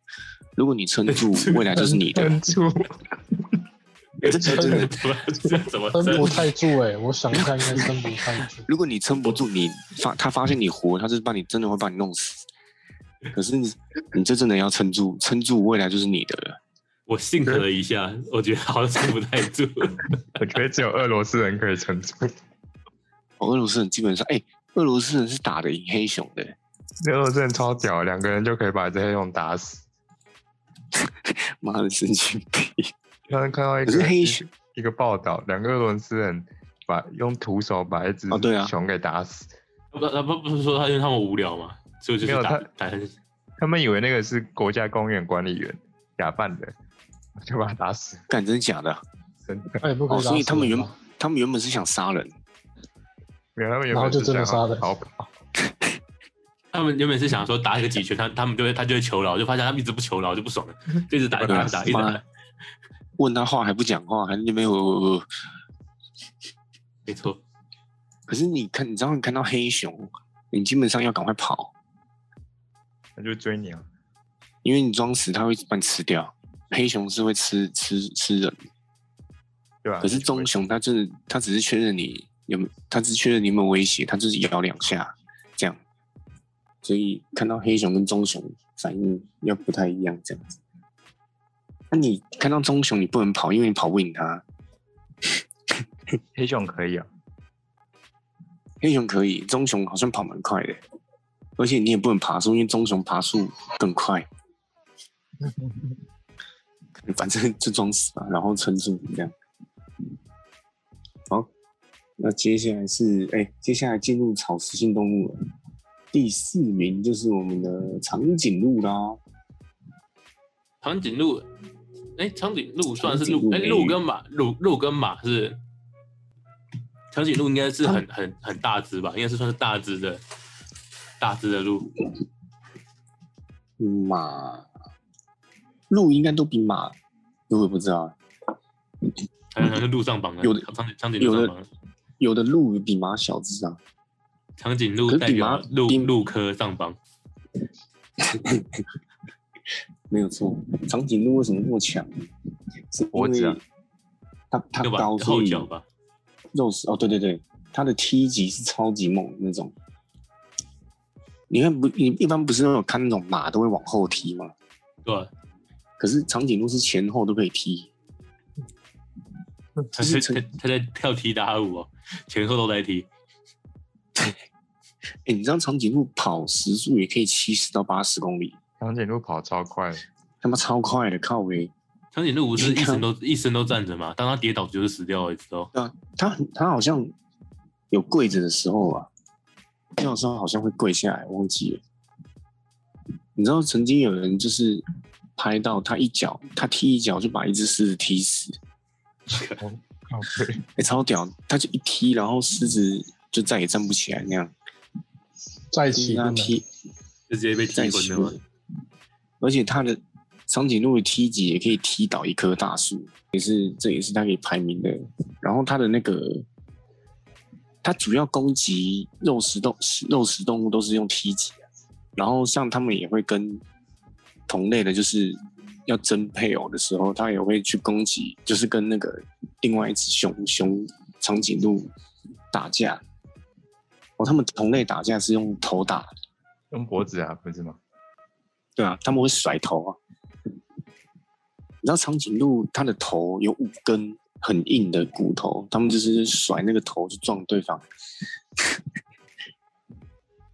Speaker 1: 如果你撑住，未来就是你的。
Speaker 5: 喷出，
Speaker 1: 真的真的，
Speaker 4: 怎么这怎么
Speaker 3: 撑
Speaker 4: 这
Speaker 3: 不太住哎、我想一下，应该撑不太住。
Speaker 1: 如果你撑不住，你发他发现你活，他是把你真的会把你弄死。可是你你这真的要撑住，撑住未来就是你的了。
Speaker 4: 我信合了一下，我觉得好像撑不太住。 <laughs>
Speaker 5: 我觉得只有俄罗斯人可以撑住，
Speaker 1: 哦，俄罗斯人基本上，哎、俄罗斯人是打得赢黑熊的。
Speaker 5: 俄罗斯人超屌，两个人就可以把这些熊打死。
Speaker 1: 妈的神经病！
Speaker 5: 刚刚看到一
Speaker 1: 可是
Speaker 5: 个
Speaker 1: 黑
Speaker 5: 一
Speaker 1: 熊
Speaker 5: 一个报道，两个俄罗斯人把用徒手把一只
Speaker 1: 哦对啊
Speaker 5: 熊给打死，
Speaker 4: 不他不不是说他因为他们无聊嘛，所以就
Speaker 5: 没
Speaker 4: 是
Speaker 5: 有
Speaker 4: 打
Speaker 5: 他
Speaker 4: 打成
Speaker 5: 他们以为那个是国家公园管理员假扮的，就把他打死，
Speaker 1: 干，真的假的？
Speaker 5: 真的。
Speaker 3: 他也不可以
Speaker 1: 哦，
Speaker 3: 打死
Speaker 1: 所
Speaker 3: 人吧、
Speaker 1: 以他们原他们原本是想杀人，
Speaker 5: 然后
Speaker 3: 然后就真的杀了
Speaker 5: 啊逃跑，
Speaker 4: 他们原本是想说打个几拳，他他们就会他就会求饶，就发现他们一直不求饶，就不爽了，就一直打一直
Speaker 1: 啊
Speaker 4: 打一直打一直
Speaker 1: 妈
Speaker 4: 打
Speaker 1: 的，问他话还不讲话，还在那边哦我我我。
Speaker 4: 没错，
Speaker 1: 可是你看，你知道你看到黑熊，你基本上要赶快跑，
Speaker 5: 他就追你啊。
Speaker 1: 因为你装死，它会把你吃掉。黑熊是会吃吃吃人，
Speaker 5: 对吧？
Speaker 1: 可是棕熊它真的，它只是确认你有没有，它只是确认你有没有威胁，它就是咬两下这样。所以看到黑熊跟棕熊反应要不太一样这样子。那你看到棕熊，你不能跑，因为你跑不赢它。
Speaker 5: 黑熊可以啊，
Speaker 1: 黑熊可以，棕熊好像跑蛮快的，而且你也不能爬树，因为棕熊爬树更快。反正就装死吧，然后撑住这样。好，那接下来是哎、接下来进入草食性动物了。第四名就是我们的长颈鹿啦。
Speaker 4: 长颈鹿，哎，长颈鹿算是
Speaker 1: 长颈
Speaker 4: 鹿，
Speaker 1: 鹿
Speaker 4: 哎，
Speaker 1: 美
Speaker 4: 鹿
Speaker 1: 女
Speaker 4: 跟马，鹿鹿跟马是长颈鹿应该是很很很大只吧，应该是算是大只的，大只的鹿。
Speaker 1: 马、鹿应该都比马，我也不知道，啊
Speaker 4: 好像好像鹿上榜了，啊
Speaker 1: 有的
Speaker 4: 长颈长颈鹿
Speaker 1: 有的
Speaker 4: 上榜了，啊
Speaker 1: 有的鹿比马小只啊。
Speaker 4: 长颈鹿
Speaker 1: 可是
Speaker 4: 代
Speaker 1: 比
Speaker 4: 表
Speaker 1: 马
Speaker 4: 鹿
Speaker 1: 比
Speaker 4: 鹿科上榜。
Speaker 1: 没有错，长颈鹿为什么那么强？是因
Speaker 5: 脖子啊
Speaker 1: 为它它
Speaker 4: 对吧
Speaker 1: 高，？
Speaker 4: 后
Speaker 1: 所以
Speaker 4: 脚吧，
Speaker 1: 肉食哦，对对对，它的踢级是超级猛的那种。你看不，你一般不是那种看那种马都会往后踢吗？
Speaker 4: 对吧？
Speaker 1: 可是长颈鹿是前后都可以踢，
Speaker 4: 他
Speaker 1: 是
Speaker 4: 是他他在跳踢打舞哦，前后都在踢，
Speaker 1: 哎，你知道长颈鹿跑时速也可以七十到八十公里，
Speaker 5: 长颈鹿跑超快的，
Speaker 1: 他妈超快的，靠喂！
Speaker 4: 长颈鹿不是
Speaker 1: 你
Speaker 4: 一
Speaker 1: 看
Speaker 4: 生都一生都站着嘛？当它跌倒就是死掉了，你知道？
Speaker 1: 对啊，它很它好像有跪着的时候啊，那时候好像会跪下来，忘记了。你知道曾经有人就是拍到他一脚，他踢一脚就把一只狮子踢死，
Speaker 3: 哦
Speaker 5: 靠
Speaker 3: <laughs>
Speaker 5: 背
Speaker 1: 哎、超屌！他就一踢，然后狮子就再也站不起来那样，
Speaker 3: 在一
Speaker 1: 就是
Speaker 3: 起
Speaker 1: 他踢
Speaker 4: 就直接被
Speaker 1: 再
Speaker 4: 踢
Speaker 1: 起
Speaker 4: 昏了嘛。
Speaker 1: 而且他的长颈鹿的踢级也可以踢倒一棵大树，也是这也是它可以排名的。然后它的那个，它主要攻击肉食动肉食动物都是用踢级的，然后像他们也会跟同类的，就是要争配偶的时候，它也会去攻击，就是跟那个另外一只熊熊长颈鹿打架。哦，他们同类打架是用头打的
Speaker 5: 用脖子啊，不是
Speaker 4: 嗯
Speaker 5: 吗？
Speaker 1: 对啊，他们会甩头啊。你知道长颈鹿它的头有五根很硬的骨头，他们就是甩那个头去撞对方。 <laughs>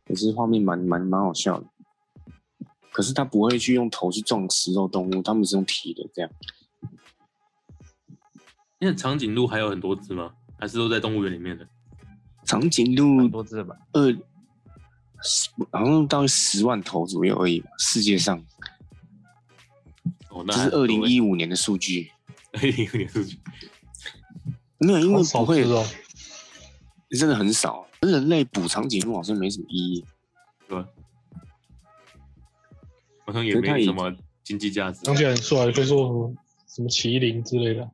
Speaker 1: 可是画面蛮蛮蛮好笑的。可是它不会去用头去撞食肉动物，他们是用踢的这样。
Speaker 4: 因为长颈鹿还有很多只吗？还是都在动物园里面的？
Speaker 1: 长颈
Speaker 5: 蛮
Speaker 1: 鹿
Speaker 5: 多只的吧？
Speaker 1: 二十好像大概十万头左右而已吧，世界上这
Speaker 4: 哦，那
Speaker 1: 是二零一五年的数据。
Speaker 4: 二零一五年数据，
Speaker 1: 没有，因为
Speaker 3: 好
Speaker 1: 不
Speaker 3: 少
Speaker 1: 会
Speaker 3: 吃哦，
Speaker 1: 真的很少。人类补长颈鹿好像没什么意义。
Speaker 4: 对吧？好像也
Speaker 1: 可是它
Speaker 4: 没
Speaker 1: 也
Speaker 4: 什么经济价值，
Speaker 3: 讲起来很帅，可以说什么什么麒麟之类的。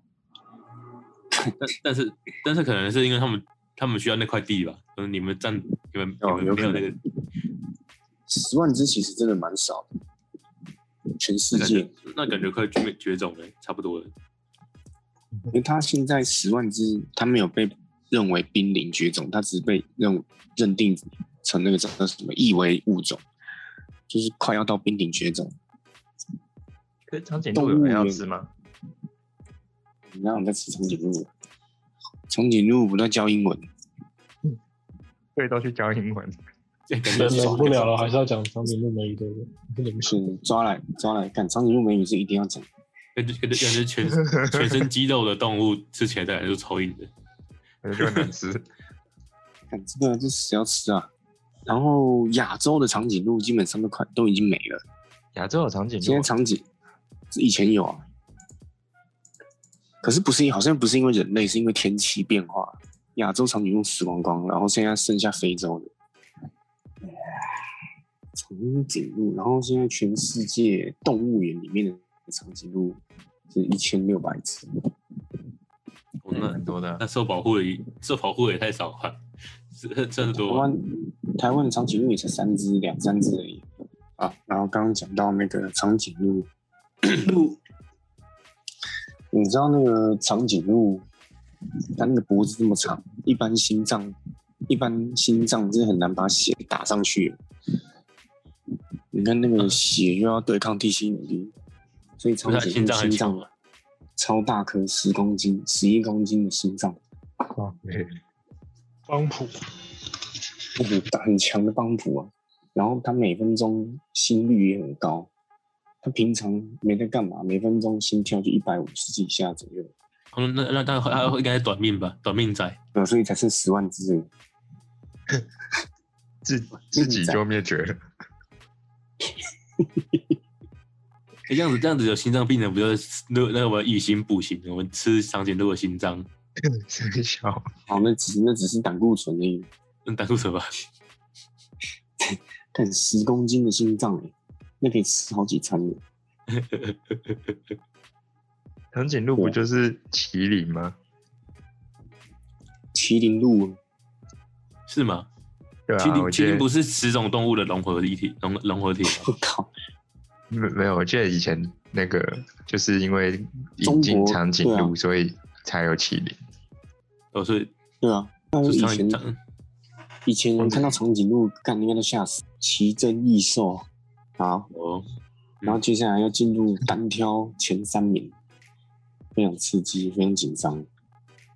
Speaker 4: 但但是但是可能是因为他们他们需要那块地吧？嗯，你们占你们
Speaker 1: 哦有
Speaker 4: 你们没有
Speaker 1: 可
Speaker 4: 那
Speaker 1: 能
Speaker 4: 个
Speaker 1: 十万只其实真的蛮少的，全世
Speaker 4: 感
Speaker 1: 界
Speaker 4: 觉，，那感觉快绝绝种了，差不多了。
Speaker 1: 因为它现在十万只，它没有被认为濒临绝种，它只是被认认定成那个叫什么易危物种，就是快要到濒临绝种。
Speaker 5: 可是长颈鹿有人要吃吗？
Speaker 1: 你让我在吃长颈鹿，长颈鹿不断教英文，
Speaker 5: 对，都去教英文，
Speaker 4: 感觉
Speaker 3: 忍忍不了了，还是要讲长颈鹿美女对不对？不能
Speaker 1: 是抓来抓来看长颈鹿美女是一定要讲，
Speaker 4: 感觉感觉感觉全全身肌肉的动物吃起来当然是超硬的。
Speaker 5: 可是就很难吃。
Speaker 1: 看这个这谁要吃啊？然后亚洲的长颈鹿基本上都快都已经没了。
Speaker 5: 亚洲有长颈
Speaker 1: 现
Speaker 5: 鹿
Speaker 1: 在
Speaker 5: 啊，
Speaker 1: 长颈以前有啊，可是不是好像不是因为人类，是因为天气变化，亚洲长颈鹿死光光，然后现在剩下非洲的长颈鹿，然后现在全世界动物园里面的长颈鹿是一千六百只，
Speaker 4: 哦，那
Speaker 1: 嗯
Speaker 5: 很多的啊。
Speaker 4: 那受保护的也受保护的也太少了，这这是
Speaker 1: 台
Speaker 4: 多吧
Speaker 1: 湾台湾的长颈鹿也才三只，两三只而已啊。然后刚刚讲到那个长颈
Speaker 4: <coughs>
Speaker 1: 鹿，鹿，你知道那个长颈鹿，它那个脖子这么长，一般心脏一般心脏是很难把血打上去的。你看那个
Speaker 4: 啊
Speaker 1: 血又要对抗地心引力，所以长
Speaker 4: 不是
Speaker 1: 颈
Speaker 4: 它心
Speaker 1: 鹿
Speaker 4: 脏很
Speaker 1: 心
Speaker 4: 强
Speaker 1: 脏啊
Speaker 4: 吗
Speaker 1: 超大颗，十公斤、十一公斤的心脏。
Speaker 3: 哦
Speaker 5: 对
Speaker 3: 帮谱
Speaker 1: 很很强的帮浦啊，然后他每分钟心率也很高，他平常没在干嘛，每分钟心跳就一百五十几下左右，
Speaker 4: 哦，那那那它它应该是短命吧？短命仔，
Speaker 1: 呃，所以才剩十万只而已。
Speaker 5: <laughs> 自自己就灭绝了。
Speaker 4: 这样子这样子有心脏病的，不就是那那我们以形补形，我们吃长颈鹿的心脏，
Speaker 5: 三小，
Speaker 1: 好，哦那只是那只是胆固醇而已，
Speaker 4: 那嗯胆固醇吧？
Speaker 1: 看十公斤的心脏、欸，那可以吃好几餐的。
Speaker 5: 长颈鹿不就是麒麟吗？
Speaker 1: 麒麟鹿 <laughs>
Speaker 4: 是吗？
Speaker 5: 对啊
Speaker 4: 麒麟，
Speaker 5: 我
Speaker 4: 麒
Speaker 5: 记得
Speaker 4: 麟不是十种动物的融合一体融融合体吗？
Speaker 1: 我靠，
Speaker 5: 没没有，我记得以前那个就是因为
Speaker 1: 中
Speaker 5: 引进
Speaker 1: 国
Speaker 5: 长颈
Speaker 1: 对
Speaker 5: 鹿，
Speaker 1: 啊
Speaker 5: 所以才有麒麟。
Speaker 4: 哦，所以
Speaker 1: 对啊，那
Speaker 4: 就是
Speaker 1: 以
Speaker 4: 长
Speaker 1: 前
Speaker 4: 长
Speaker 1: 以前人看到长颈鹿，干应该都吓死，奇珍异兽。好，
Speaker 4: 哦，
Speaker 1: 然
Speaker 5: 嗯
Speaker 1: 后接下来要进入单挑前三名，非常刺激，非常紧张。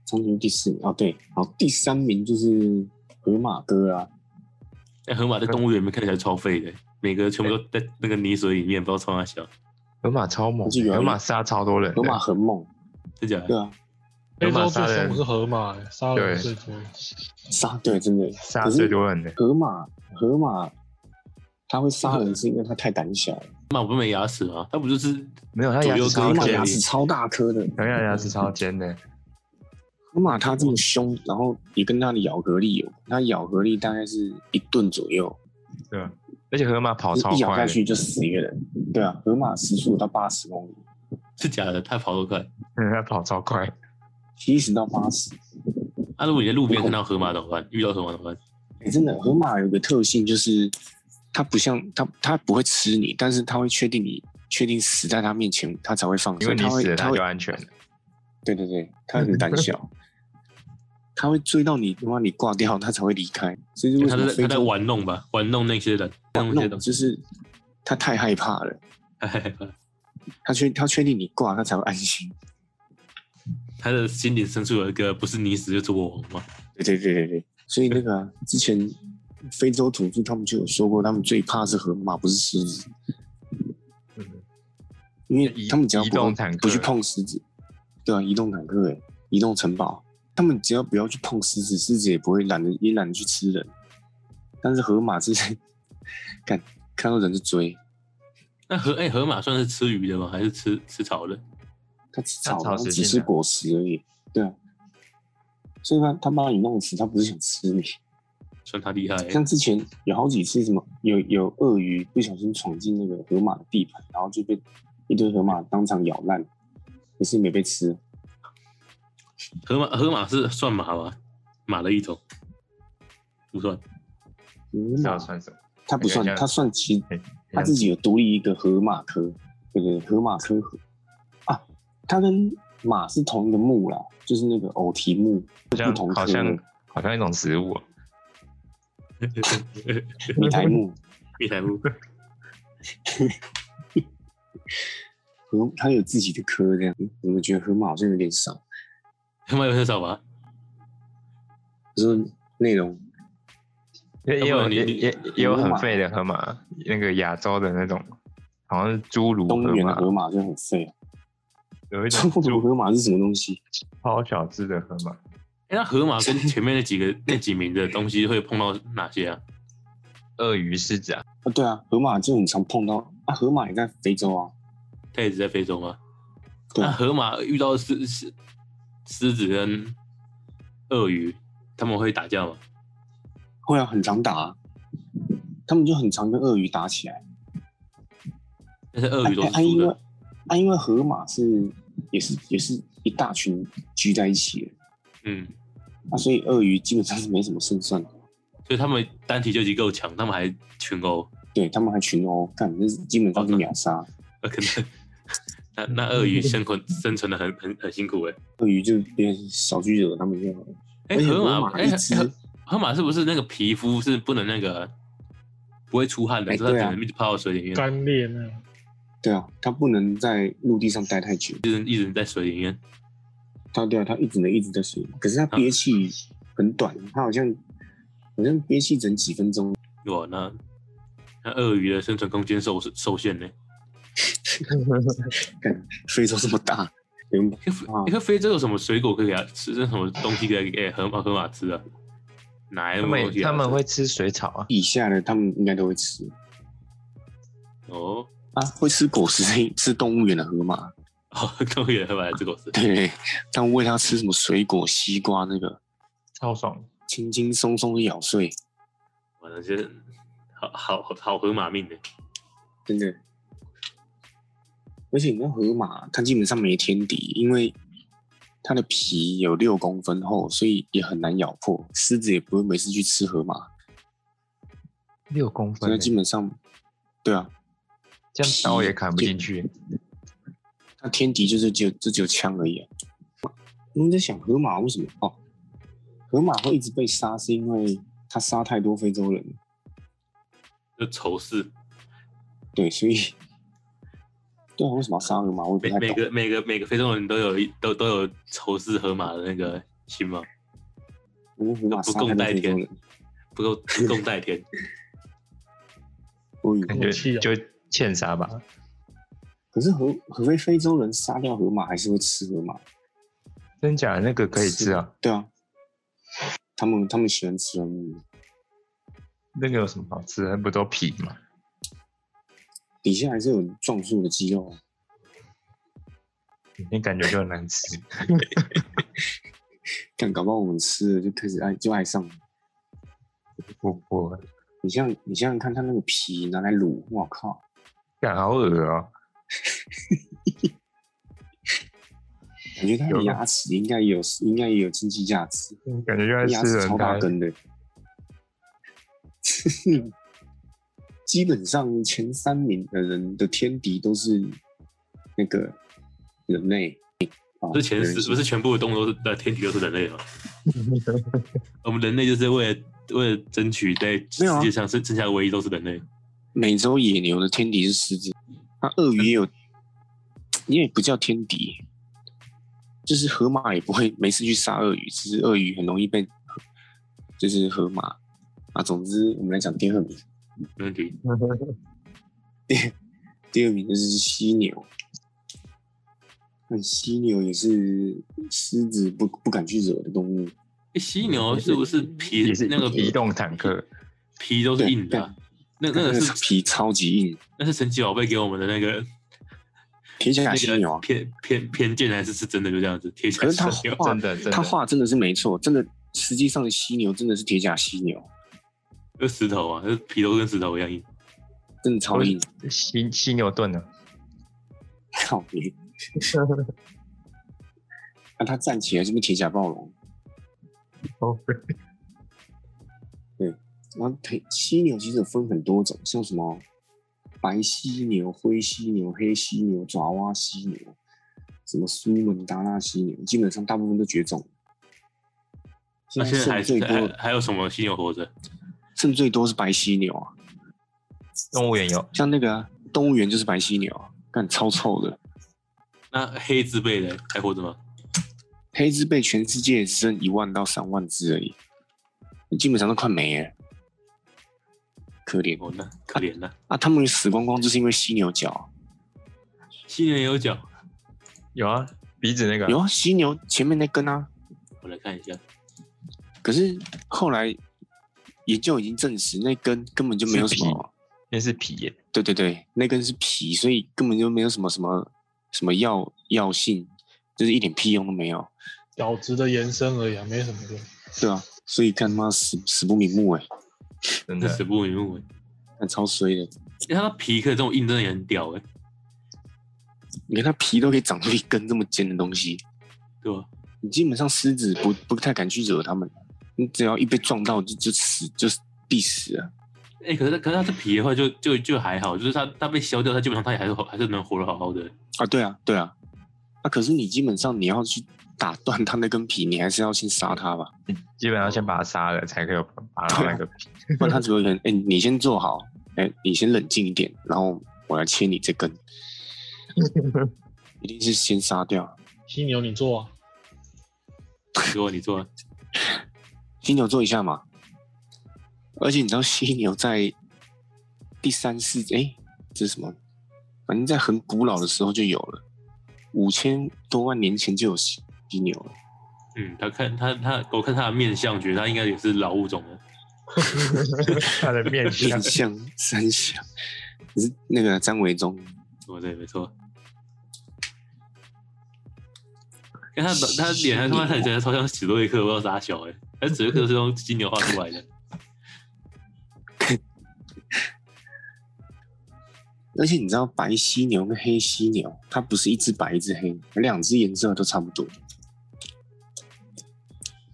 Speaker 1: 长颈鹿第四名哦，对，好，第三名就是河马哥啊，
Speaker 4: 那河马在动物园里面看起来超废的，每个全部都在那个泥水里面，不知道冲哪小，
Speaker 5: 河马超猛
Speaker 1: 我记，得
Speaker 5: 河马杀超多人的，
Speaker 1: 河马很猛，
Speaker 4: 真假
Speaker 1: 对
Speaker 4: 的？
Speaker 1: 啊，
Speaker 5: 河
Speaker 3: 非
Speaker 5: 马
Speaker 3: 洲
Speaker 5: 杀
Speaker 3: 最
Speaker 5: 人
Speaker 3: 凶的是河马、欸，杀
Speaker 5: 对
Speaker 3: 人最多。
Speaker 1: 杀对，真的
Speaker 5: 杀
Speaker 1: 可是
Speaker 5: 最多人的。
Speaker 1: 河马河马，它会杀人是因为它太胆小了，
Speaker 4: 河马不是没牙齿吗？它不就是
Speaker 5: 没有，它牙齿
Speaker 4: 左
Speaker 5: 超
Speaker 1: 河
Speaker 4: 右各一
Speaker 1: 马
Speaker 5: 尖
Speaker 1: 牙
Speaker 4: 片，
Speaker 1: 齿超大颗的，
Speaker 5: 它牙齿超尖的。
Speaker 1: 河马它这么凶，然后也跟它的咬合力有，它咬合力大概是一吨左右，
Speaker 5: 对啊，而且河马跑超
Speaker 1: 一咬
Speaker 5: 快
Speaker 1: 下
Speaker 5: 的，
Speaker 1: 去就死一个人。对啊，河马时速到八十公里，
Speaker 4: 是假的？它跑得快。
Speaker 5: 嗯它跑超快，
Speaker 1: 七十到八十。
Speaker 4: 那、啊如果你在路边看到河马怎么办？遇到河马怎么办？
Speaker 1: 哎，真的，河马有个特性就是，它不像它，它不会吃你，但是它会确定你确定死在它面前，它才会放
Speaker 5: 因为
Speaker 1: 手。
Speaker 5: 你
Speaker 1: 它
Speaker 5: 死
Speaker 1: 会
Speaker 5: 了
Speaker 1: 它
Speaker 5: 它
Speaker 1: 会
Speaker 5: 就安全了。
Speaker 1: 对对对，它很胆
Speaker 4: <laughs>
Speaker 1: 小，它会追到你，让你挂掉，它才会离开。所以为
Speaker 4: 它
Speaker 1: 什么
Speaker 4: 在
Speaker 1: 非
Speaker 4: 它在
Speaker 1: 洲
Speaker 4: 玩弄吧，玩弄那些人，玩弄那些
Speaker 1: 弄
Speaker 4: 东西。 <laughs>
Speaker 1: 就是它太害怕了，它确它确定你挂，它才会安心。
Speaker 4: 他的心灵深处有一个不是你死就是我亡嘛。
Speaker 1: 对对对对对，所以那个啊、之前非洲土著他们就有说过，他们最怕是河马，不是狮子。因为
Speaker 5: 嗯移
Speaker 1: 他们只要
Speaker 5: 移
Speaker 1: 不
Speaker 5: 动坦克
Speaker 1: 不去碰狮子，对啊，移动坦克、欸、移动城堡，他们只要不要去碰狮子，狮子也不会懒得也懒得去吃人。但是河马是看看到人就追，
Speaker 4: 那河哎、河马算是吃鱼的吗？还是吃吃草的？
Speaker 1: 它吃
Speaker 5: 它
Speaker 1: 草，
Speaker 5: 草
Speaker 1: 它
Speaker 5: 食
Speaker 1: 只
Speaker 5: 性
Speaker 1: 吃
Speaker 5: 的
Speaker 1: 果实而已。对啊，所以它它把你弄死，它不是想吃你。
Speaker 4: 算他厉害、欸。
Speaker 1: 像之前有好几次什么有有鳄鱼不小心闯进那个河马的地盘，然后就被一堆河马当场咬烂，可是没被吃。
Speaker 4: 河马河马是算马吗？马的一种，
Speaker 1: <laughs>
Speaker 4: 不算。
Speaker 1: 河
Speaker 5: 不知道
Speaker 1: 马
Speaker 5: 算什么，
Speaker 1: 它嗯不算
Speaker 5: 感觉，像
Speaker 1: 它算其 <laughs>
Speaker 5: 很
Speaker 1: 它自己有独立一个河马科，对对，河马科河啊，它跟马是同一个目啦，就是那个偶蹄目，
Speaker 5: 好
Speaker 1: 不同
Speaker 5: 像好
Speaker 1: 科的
Speaker 5: 像好像一种食物啊。
Speaker 1: 米
Speaker 5: <laughs>
Speaker 1: 苔目。
Speaker 4: 蜜台木
Speaker 1: 河它有自己的科，这样嗯我们觉得河马好像有点少。
Speaker 4: 河马有很少吧？
Speaker 1: 可是内容
Speaker 5: 也也有
Speaker 4: 你
Speaker 5: 也
Speaker 4: 你
Speaker 5: 也也有
Speaker 1: 河
Speaker 5: 很
Speaker 1: 马
Speaker 5: 废的河马，那个亚洲的那种，好像是侏儒
Speaker 1: 东
Speaker 5: 河
Speaker 1: 原的
Speaker 5: 马，
Speaker 1: 河马就很废啊， <laughs>
Speaker 5: 有一种
Speaker 1: 中国
Speaker 5: 侏
Speaker 1: 河马是什么东西？
Speaker 5: 超小只的河马，
Speaker 4: 哎、那河马跟前面那几个那几名的东西会碰到哪些啊？
Speaker 5: 鳄鱼、狮子啊，
Speaker 1: 啊，对啊，河马就很常碰到啊，河马也在非洲啊，
Speaker 4: 它也只在非洲吗？
Speaker 1: 对
Speaker 4: 那
Speaker 1: 啊，
Speaker 4: 河马遇到狮狮狮子跟鳄鱼，他们会打架吗？
Speaker 1: 会啊，很常打、啊，他们就很常跟鳄鱼打起来。
Speaker 4: 但是鳄
Speaker 1: 啊
Speaker 4: 鱼都
Speaker 1: 啊
Speaker 4: 是
Speaker 1: 啊
Speaker 4: 输
Speaker 1: 因
Speaker 4: 的
Speaker 1: 为。啊，因为河马是也是也是一大群聚在一起的，
Speaker 4: 嗯，
Speaker 1: 啊，所以鳄鱼基本上是没什么胜算的。
Speaker 4: 所以他们单体就已经够强，他们还群殴，
Speaker 1: 对他们还群殴，干，那是基本上是秒杀。
Speaker 4: 呃，
Speaker 1: <laughs>
Speaker 4: 可能那那鳄鱼生存生存的很很很辛苦哎、
Speaker 1: 鳄鱼就别少去惹他们就好了。
Speaker 4: 欸。
Speaker 1: 而且
Speaker 4: 河
Speaker 1: 马
Speaker 4: 马哎、
Speaker 1: 一只
Speaker 4: 欸河河马是不是那个皮肤是不能那个不会出汗的？
Speaker 1: 哎
Speaker 4: 就是它
Speaker 1: 对啊
Speaker 4: 只能一直泡到水里面，
Speaker 3: 干裂那样，
Speaker 1: 对啊，它不能在陆地上待太久。
Speaker 4: 一直一直在水里面。
Speaker 1: 它对啊，它一直能一直在水里，可是它
Speaker 4: 啊
Speaker 1: 憋气很短，它好像好像憋气整几分钟。
Speaker 4: 哇，那那鳄鱼的生存空间受受限呢、
Speaker 1: 看非洲这么大，有没有
Speaker 4: 可非
Speaker 1: 啊
Speaker 4: 可非洲有什么水果可以给它啊吃？是什么东西可以给哎河马河马吃啊？哪一
Speaker 5: 他
Speaker 4: 种东
Speaker 5: 们
Speaker 4: 西啊
Speaker 5: 他们会吃水草啊，
Speaker 1: 以下的他们应该都会吃。
Speaker 4: 哦，
Speaker 1: 啊，会吃果实是动物园的河马，
Speaker 4: 哦，动物园河马来吃果实，
Speaker 1: 对，但喂它吃什么水果、西瓜那个，
Speaker 5: 超爽。
Speaker 1: 轻轻松松的咬碎，
Speaker 4: 我那些好好好河马命的，
Speaker 1: 真的。而且你知道河马，它基本上没天敌，因为它的皮有六公分厚，所以也很难咬破。狮子也不会每次去吃河马，
Speaker 5: 六公
Speaker 1: 所以
Speaker 5: 分
Speaker 1: 它基
Speaker 5: 欸，
Speaker 1: 本上，对啊，
Speaker 5: 这样刀也砍不进去。
Speaker 1: 它天敌就是只有就只有枪而已、啊。我在想河马为什么哦？河马会一直被杀，是因为它杀太多非洲人了，
Speaker 4: 就仇视。
Speaker 1: 对，所以对啊，为什么要杀河马？我也
Speaker 4: 每
Speaker 1: 不太
Speaker 4: 每
Speaker 1: 懂。
Speaker 4: 个每个每个非洲人都有一都都有仇视河马的那个心吗？
Speaker 1: 因为河马
Speaker 4: 不
Speaker 1: 杀太
Speaker 4: 共
Speaker 1: 多
Speaker 4: 戴
Speaker 1: 非洲
Speaker 4: 天
Speaker 1: 人，，
Speaker 4: 不够不共
Speaker 1: <laughs>
Speaker 4: 戴天。
Speaker 1: 我以为
Speaker 5: 感
Speaker 3: 口气
Speaker 5: 觉
Speaker 3: 啊
Speaker 5: 就欠杀吧。
Speaker 1: 可是河何非非洲人杀掉河马还是会吃河马？
Speaker 5: 真假的那个可以吃啊？
Speaker 1: 对啊，他们他们喜欢吃嗯
Speaker 5: 那个有什么好吃的？还不都皮嘛？
Speaker 1: 底下还是有壮硕的肌肉啊。
Speaker 5: 你感觉就很难吃。
Speaker 1: 但搞不好我们吃了就开始爱就爱上了。
Speaker 5: 不不，
Speaker 1: 你像你想想看，它那个皮拿来卤，我靠，
Speaker 5: 感好恶哦、
Speaker 1: 感觉它
Speaker 5: 有
Speaker 1: 的
Speaker 5: 吗
Speaker 1: 牙齿应该也有应该也有经济价值，
Speaker 5: 感觉就在
Speaker 1: 牙
Speaker 5: 吃
Speaker 1: 齿
Speaker 5: 人
Speaker 1: 超大
Speaker 5: 胎。
Speaker 1: 根的。 <laughs> 基本上前三名的人的天敌都是那个人类，啊
Speaker 4: 不是前
Speaker 1: 人
Speaker 4: 十，不是全部的动物都是呃天敌都是人
Speaker 1: <laughs>
Speaker 4: 类吗？我们人类就是为了为了争取在
Speaker 1: 没有
Speaker 4: 世
Speaker 1: 啊
Speaker 4: 界上剩剩下唯一都是人类，
Speaker 1: 美洲野牛的天敌是狮子，那鳄鱼也有，也不叫天敌，就是河马也不会没事去杀鳄鱼，只是鳄鱼很容易被，就是河马啊。总之，我们来讲第二名，
Speaker 4: 没问题。
Speaker 1: 第二名就是犀牛。那犀牛也是狮子不不敢去惹的动物，
Speaker 4: 诶犀牛是不是
Speaker 5: <laughs>
Speaker 4: 皮
Speaker 5: 也是
Speaker 4: 那个
Speaker 5: 移动
Speaker 1: <laughs>
Speaker 5: 坦克，
Speaker 4: 皮都是硬的啊？那那个
Speaker 1: 但
Speaker 4: 是
Speaker 1: 是皮超级硬，
Speaker 4: 那是神奇宝贝给我们的
Speaker 1: <laughs>
Speaker 4: 那个
Speaker 1: 铁甲
Speaker 4: 那
Speaker 1: 犀牛
Speaker 4: 个
Speaker 1: 啊。
Speaker 4: 偏偏偏见还是是真的就这样子贴起
Speaker 1: 可
Speaker 4: 来
Speaker 1: 是它
Speaker 4: 犀牛。
Speaker 1: 画
Speaker 5: 真的真的
Speaker 1: 它画真的是没错，真的实际上的犀牛真的是铁甲犀牛，
Speaker 4: 就石头啊，那皮都跟石头一样硬。
Speaker 1: 真的超硬。 <laughs>
Speaker 5: 犀犀牛盾啊呢？
Speaker 1: 靠你！那、他站起来是不是铁甲暴龙？
Speaker 5: 哦，
Speaker 1: 然后铁犀牛其实有分很多种，像什么白犀牛、灰犀牛、黑犀牛、爪哇犀牛，什么苏门答腊犀牛，基本上大部分都绝种。现
Speaker 4: 那
Speaker 1: 在
Speaker 4: 现在还
Speaker 1: 剩最
Speaker 4: 还
Speaker 1: 多，
Speaker 4: 还有什么犀牛活着？
Speaker 1: 剩最多是白犀牛啊，
Speaker 5: 动物园有
Speaker 1: 像那个啊、动物园就是白犀牛啊，干超臭的。
Speaker 4: 那黑字辈的还活着吗？
Speaker 1: 黑字被全世界只剩一万到三万只而已，基本上都快没了，可怜。
Speaker 4: 哦，那可怜了。
Speaker 1: 啊，他们死光光就是因为犀牛角。
Speaker 4: 犀牛也有脚，
Speaker 5: 有啊，鼻子那个啊
Speaker 1: 有啊，犀牛前面那根啊，
Speaker 4: 我来看一下。
Speaker 1: 可是后来研究已经证实，那根根本就没有什么。
Speaker 5: 那是皮耶，
Speaker 1: 对对对，那根是皮，所以根本就没有什么什么什么药药性，就是一点屁用都没有，
Speaker 3: 角质的延伸而已啊，没什么用。
Speaker 1: 对啊，所以干他妈死死不瞑目哎、
Speaker 5: 真
Speaker 4: 那
Speaker 5: 的
Speaker 4: 死不瞑目哎，
Speaker 1: 那超衰的。
Speaker 4: 因为它的皮可以这种硬，真的也很屌哎，
Speaker 1: 你看它皮都可以长出一根这么尖的东西，
Speaker 4: 对吧？
Speaker 1: 你基本上狮子不不太敢去惹它们，你只要一被撞到就就死就是必死啊。
Speaker 4: 哎、可是可是它是皮的话就，就就还好，就是它它被削掉，它基本上它也还是还是能活得好好的。
Speaker 1: 啊，对啊，对啊。那、可是你基本上你要去打断它那根皮，你还是要先杀它吧，
Speaker 5: 基本上先把它杀了，才可以有拔
Speaker 1: 啊
Speaker 5: 到那个 <laughs> 皮。
Speaker 1: 不然它只会很……哎、你先做好，哎、你先冷静一点，然后我来切你这根。一定是先杀掉。
Speaker 3: 犀牛你做啊，
Speaker 4: 结果你做啊，
Speaker 1: 犀牛做一下嘛。而且你知道犀牛在第三世哎、这是什么？反正在很古老的时候就有了，五千多万年前就有犀犀牛了。
Speaker 4: 嗯，它看它它，我看它的面相，觉得它应该也是老物种了。
Speaker 5: 它的面
Speaker 1: 面
Speaker 5: 相
Speaker 1: 相三小， <laughs> 你是那个张维忠，
Speaker 4: 哦，对，没错。看他的他脸还他
Speaker 1: <laughs>
Speaker 4: 妈看起来超像史瑞克，不知道啥小哎、欸，但史瑞克是用金牛画出来的。
Speaker 1: 而且你知道白犀牛跟黑犀牛，它不是一只白一只黑，两只颜色都差不多。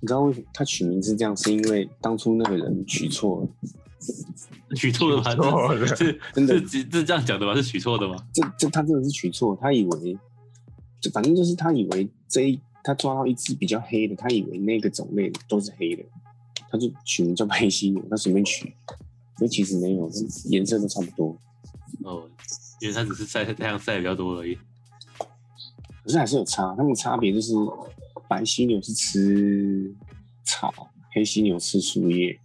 Speaker 1: 你知道为什么它取名字这样？是因为当初那个人取错了，
Speaker 4: 取错
Speaker 5: <laughs>
Speaker 4: 了吧？
Speaker 5: 错了
Speaker 4: <laughs> 是
Speaker 1: 真的
Speaker 4: 是是是这样讲的吗？是取错的吗？
Speaker 1: 这这他真的是取错，他以为，就反正就是他以为这一他抓到一只比较黑的，他以为那个种类都是黑的，他就取名叫白犀牛，他随便取，所以其实没有，是颜色都差不多，
Speaker 4: 哦，因为他只是晒太阳晒得比较多而已。
Speaker 1: 可是还是有差，它们差别就是白犀牛是吃草，黑犀牛吃树叶，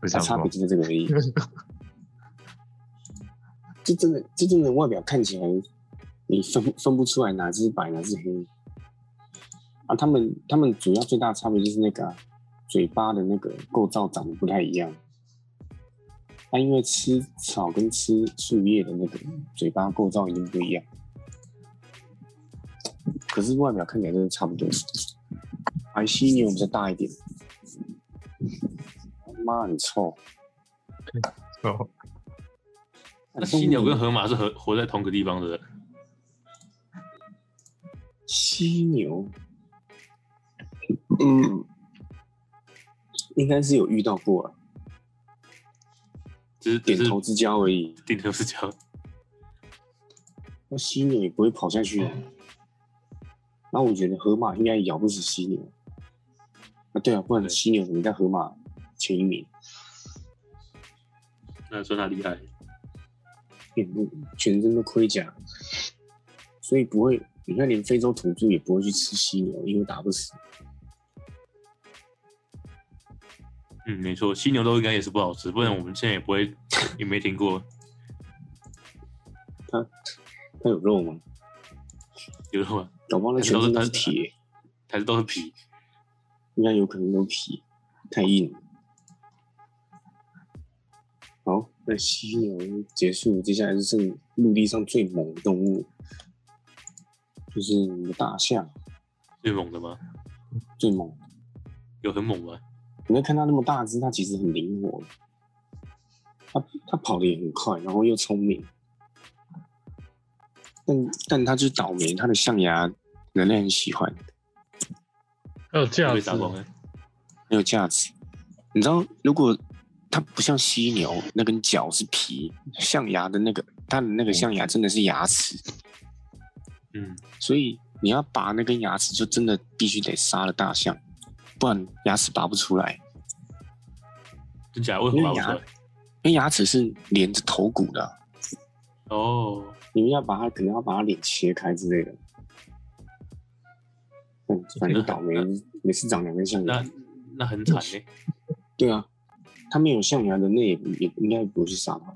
Speaker 5: 不
Speaker 1: 它
Speaker 5: 想
Speaker 1: 啊差
Speaker 5: 说
Speaker 1: 别就在这个而已。 <laughs> 这真的，这真的外表看起来，你分分不出来哪只是白哪只黑。啊，他们他们主要最大的差别就是那个啊、嘴巴的那个构造长得不太一样。它因为吃草跟吃树叶的那个嘴巴构造一定不一样，可是外表看起来真的差不多。白犀牛比较大一点，妈很臭。
Speaker 5: 哦，
Speaker 4: 那犀牛跟河马是合活在同个地方的，
Speaker 1: 犀牛，嗯，应该是有遇到过啊，
Speaker 4: 只是只
Speaker 1: 点
Speaker 4: 是
Speaker 1: 头之交而已。
Speaker 4: 点头是交。
Speaker 1: 那犀牛也不会跑下去啊。那我觉得河马应该也咬不死犀牛。啊，对啊，不然
Speaker 4: 对
Speaker 1: 犀牛怎么在河马前一名？
Speaker 4: 那说他厉害，
Speaker 1: 全部全身都盔甲，所以不会。你看，连非洲土著也不会去吃犀牛，因为打不死。
Speaker 4: 嗯，没错，犀牛肉应该也是不好吃，不然我们现在也不会也没听过
Speaker 1: 它有肉吗？
Speaker 4: 有肉吗？
Speaker 1: 搞不好那全身都是铁，
Speaker 4: 还是都是皮。
Speaker 1: 应该有可能都皮，太硬了。好，那犀牛结束，接下来就是陆地上最猛的动物，就是你的大象
Speaker 4: 最猛的吗？
Speaker 1: 最猛。
Speaker 4: 有很猛吗？
Speaker 1: 你会看它那么大只，它其实很灵活，它它跑得也很快，然后又聪明，但但它就是倒霉，它的象牙人类很喜欢，
Speaker 3: 还有
Speaker 4: 会
Speaker 3: 架
Speaker 4: 被
Speaker 3: 子
Speaker 4: 打，光了。
Speaker 1: 很有价值。你知道，如果它不像犀牛那根角是皮，象牙的那个它的那个象牙真的是牙齿，
Speaker 4: 嗯，
Speaker 1: 所以你要拔那根牙齿，就真的必须得杀了大象，不然牙齿拔不出来。
Speaker 4: 真假的为什么拔不出
Speaker 1: 因为
Speaker 4: 来？
Speaker 1: 因为牙齿是连着头骨的啊、
Speaker 4: 哦，
Speaker 1: 你们要把它可能要把它脸切开之类的。嗯，反正倒霉，每次长两根象
Speaker 4: 那
Speaker 1: 牙。
Speaker 4: 那很惨欸呢、
Speaker 1: 对啊，它没有象牙，人类也也应该不会去杀它。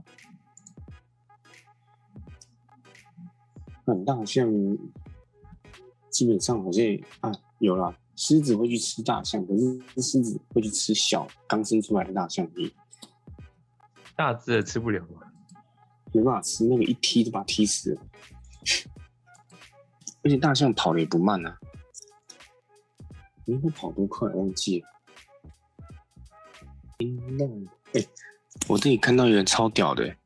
Speaker 1: 很大象，基本上好像也啊有啦，狮子会去吃大象，可是狮子会去吃小刚生出来的大象而已，
Speaker 5: 大只的吃不了嘛，
Speaker 1: 没办法吃，那个一踢就把它踢死了。 <laughs> 而且大象跑的也不慢啊，你会跑多快？忘记了。音量，哎、我这里看到有人超屌的、欸